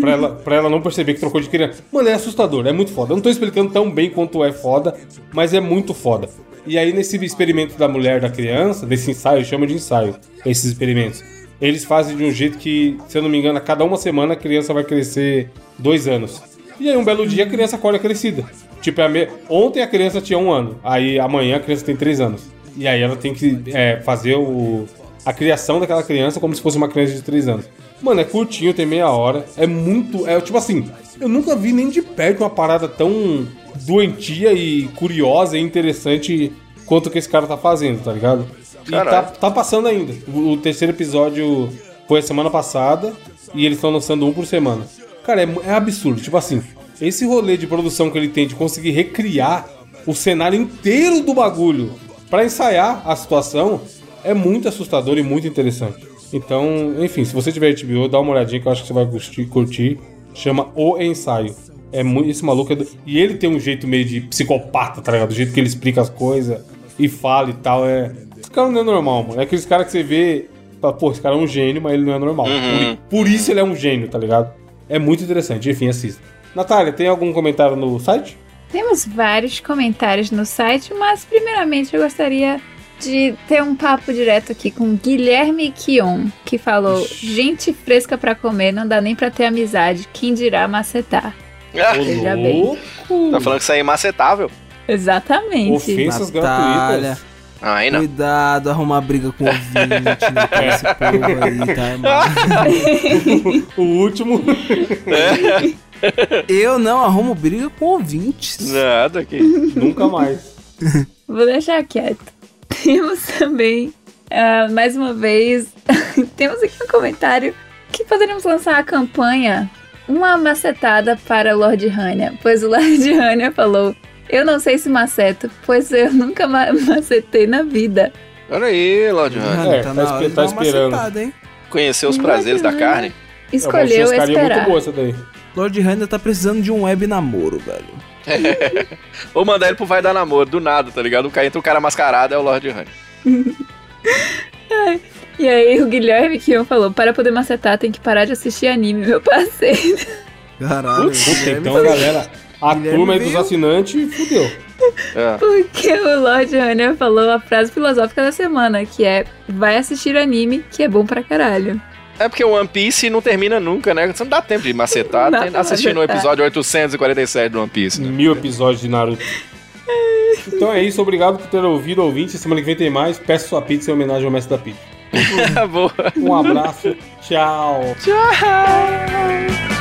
[SPEAKER 3] pra, ela, pra ela não perceber que trocou de criança. Mano, é assustador, é muito foda. Eu não tô explicando tão bem quanto é foda, mas é muito foda. E aí, nesse experimento da mulher da criança, desse ensaio, chama de ensaio, esses experimentos. Eles fazem de um jeito que, se eu não me engano, a cada uma semana a criança vai crescer dois anos. E aí, um belo dia, a criança acorda crescida. Tipo, é a me... ontem a criança tinha um ano, aí amanhã a criança tem três anos. E aí ela tem que é, fazer o, a criação daquela criança como se fosse uma criança de 3 anos. Mano, é curtinho, tem meia hora. É muito. É tipo assim, eu nunca vi nem de perto uma parada tão doentia e curiosa e interessante quanto que esse cara tá fazendo, tá ligado? E tá,
[SPEAKER 8] Caralho.
[SPEAKER 3] tá passando ainda. O, o terceiro episódio foi a semana passada e eles estão lançando um por semana. Cara, é, mu- é absurdo. Tipo assim, esse rolê de produção que ele tem de conseguir recriar o cenário inteiro do bagulho pra ensaiar a situação é muito assustador e muito interessante. Então, enfim, se você tiver HBO, dá uma olhadinha que eu acho que você vai curtir. curtir. Chama O Ensaio. É muito, esse maluco é do- E ele tem um jeito meio de psicopata, tá ligado? Do jeito que ele explica as coisas e fala e tal. É... Esse cara não é normal, mano. É aqueles caras que você vê. Fala, Pô, esse cara é um gênio, mas ele não é normal. Por, por isso ele é um gênio, tá ligado? É muito interessante. Enfim, assista. Natália, tem algum comentário no site?
[SPEAKER 4] Temos vários comentários no site, mas primeiramente eu gostaria de ter um papo direto aqui com Guilherme Kion, que falou: gente fresca pra comer, não dá nem pra ter amizade, quem dirá macetar.
[SPEAKER 3] é
[SPEAKER 8] Ah,
[SPEAKER 4] Veja bem.
[SPEAKER 3] Ô,
[SPEAKER 8] tá
[SPEAKER 3] louco!
[SPEAKER 8] falando que isso aí é macetável.
[SPEAKER 4] Exatamente.
[SPEAKER 3] Ofensas
[SPEAKER 6] Natália,
[SPEAKER 3] gratuitas.
[SPEAKER 8] Ah, Aí não.
[SPEAKER 6] cuidado, arruma briga com o ouvinte, né, com esse
[SPEAKER 5] É.
[SPEAKER 6] povo aí, tá, irmão?
[SPEAKER 3] O último.
[SPEAKER 6] Eu não arrumo briga com
[SPEAKER 3] Hum,
[SPEAKER 6] ouvintes.
[SPEAKER 8] Nada aqui.
[SPEAKER 3] Nunca mais.
[SPEAKER 4] Vou deixar quieto. Temos também, ah, mais uma vez, temos aqui um comentário que poderíamos lançar a campanha Uma Macetada para Lord Hania, pois o Lord Hania falou: Eu não sei se maceto, pois eu nunca ma- macetei na vida.
[SPEAKER 8] Olha aí, Lorde Hunt.
[SPEAKER 6] Mano,
[SPEAKER 3] É, tá espe-
[SPEAKER 6] de
[SPEAKER 3] tá
[SPEAKER 6] dar uma
[SPEAKER 3] esperando.
[SPEAKER 6] acertada, hein?
[SPEAKER 8] Conhecer os prazeres da carne.
[SPEAKER 3] É
[SPEAKER 4] Escolheu
[SPEAKER 3] Eu achei esse carinha muito
[SPEAKER 4] esperar.
[SPEAKER 3] boa essa daí.
[SPEAKER 6] Lord Hunter tá precisando de um web namoro, velho.
[SPEAKER 8] Ou mandar ele pro Vai Dar Namoro, do nada, tá ligado? O cara entra o cara mascarado, é o Lorde Hunt.
[SPEAKER 4] E aí o Guilherme Kion falou: Para poder macetar, tem que parar de assistir anime, meu parceiro.
[SPEAKER 6] Caralho.
[SPEAKER 3] Puta,
[SPEAKER 6] Guilherme-
[SPEAKER 3] então, galera, a
[SPEAKER 6] Guilherme
[SPEAKER 3] turma aí dos
[SPEAKER 6] veio.
[SPEAKER 3] assinantes fudeu.
[SPEAKER 5] É.
[SPEAKER 4] Porque o Lord Runner falou a frase filosófica da semana, que é vai assistir anime, que é bom pra caralho.
[SPEAKER 5] É porque o One Piece não termina nunca, né? Você não dá tempo de macetar
[SPEAKER 4] Não dá
[SPEAKER 5] tem-
[SPEAKER 4] pra
[SPEAKER 5] assistindo o
[SPEAKER 4] macetar.
[SPEAKER 5] episódio 847 do One Piece, né?
[SPEAKER 3] Mil episódios de Naruto. Então é isso, obrigado por ter ouvido, ouvinte. Semana que vem tem mais. Peço sua pizza em homenagem ao mestre da pizza.
[SPEAKER 5] Boa.
[SPEAKER 3] Um abraço, tchau.
[SPEAKER 5] Tchau.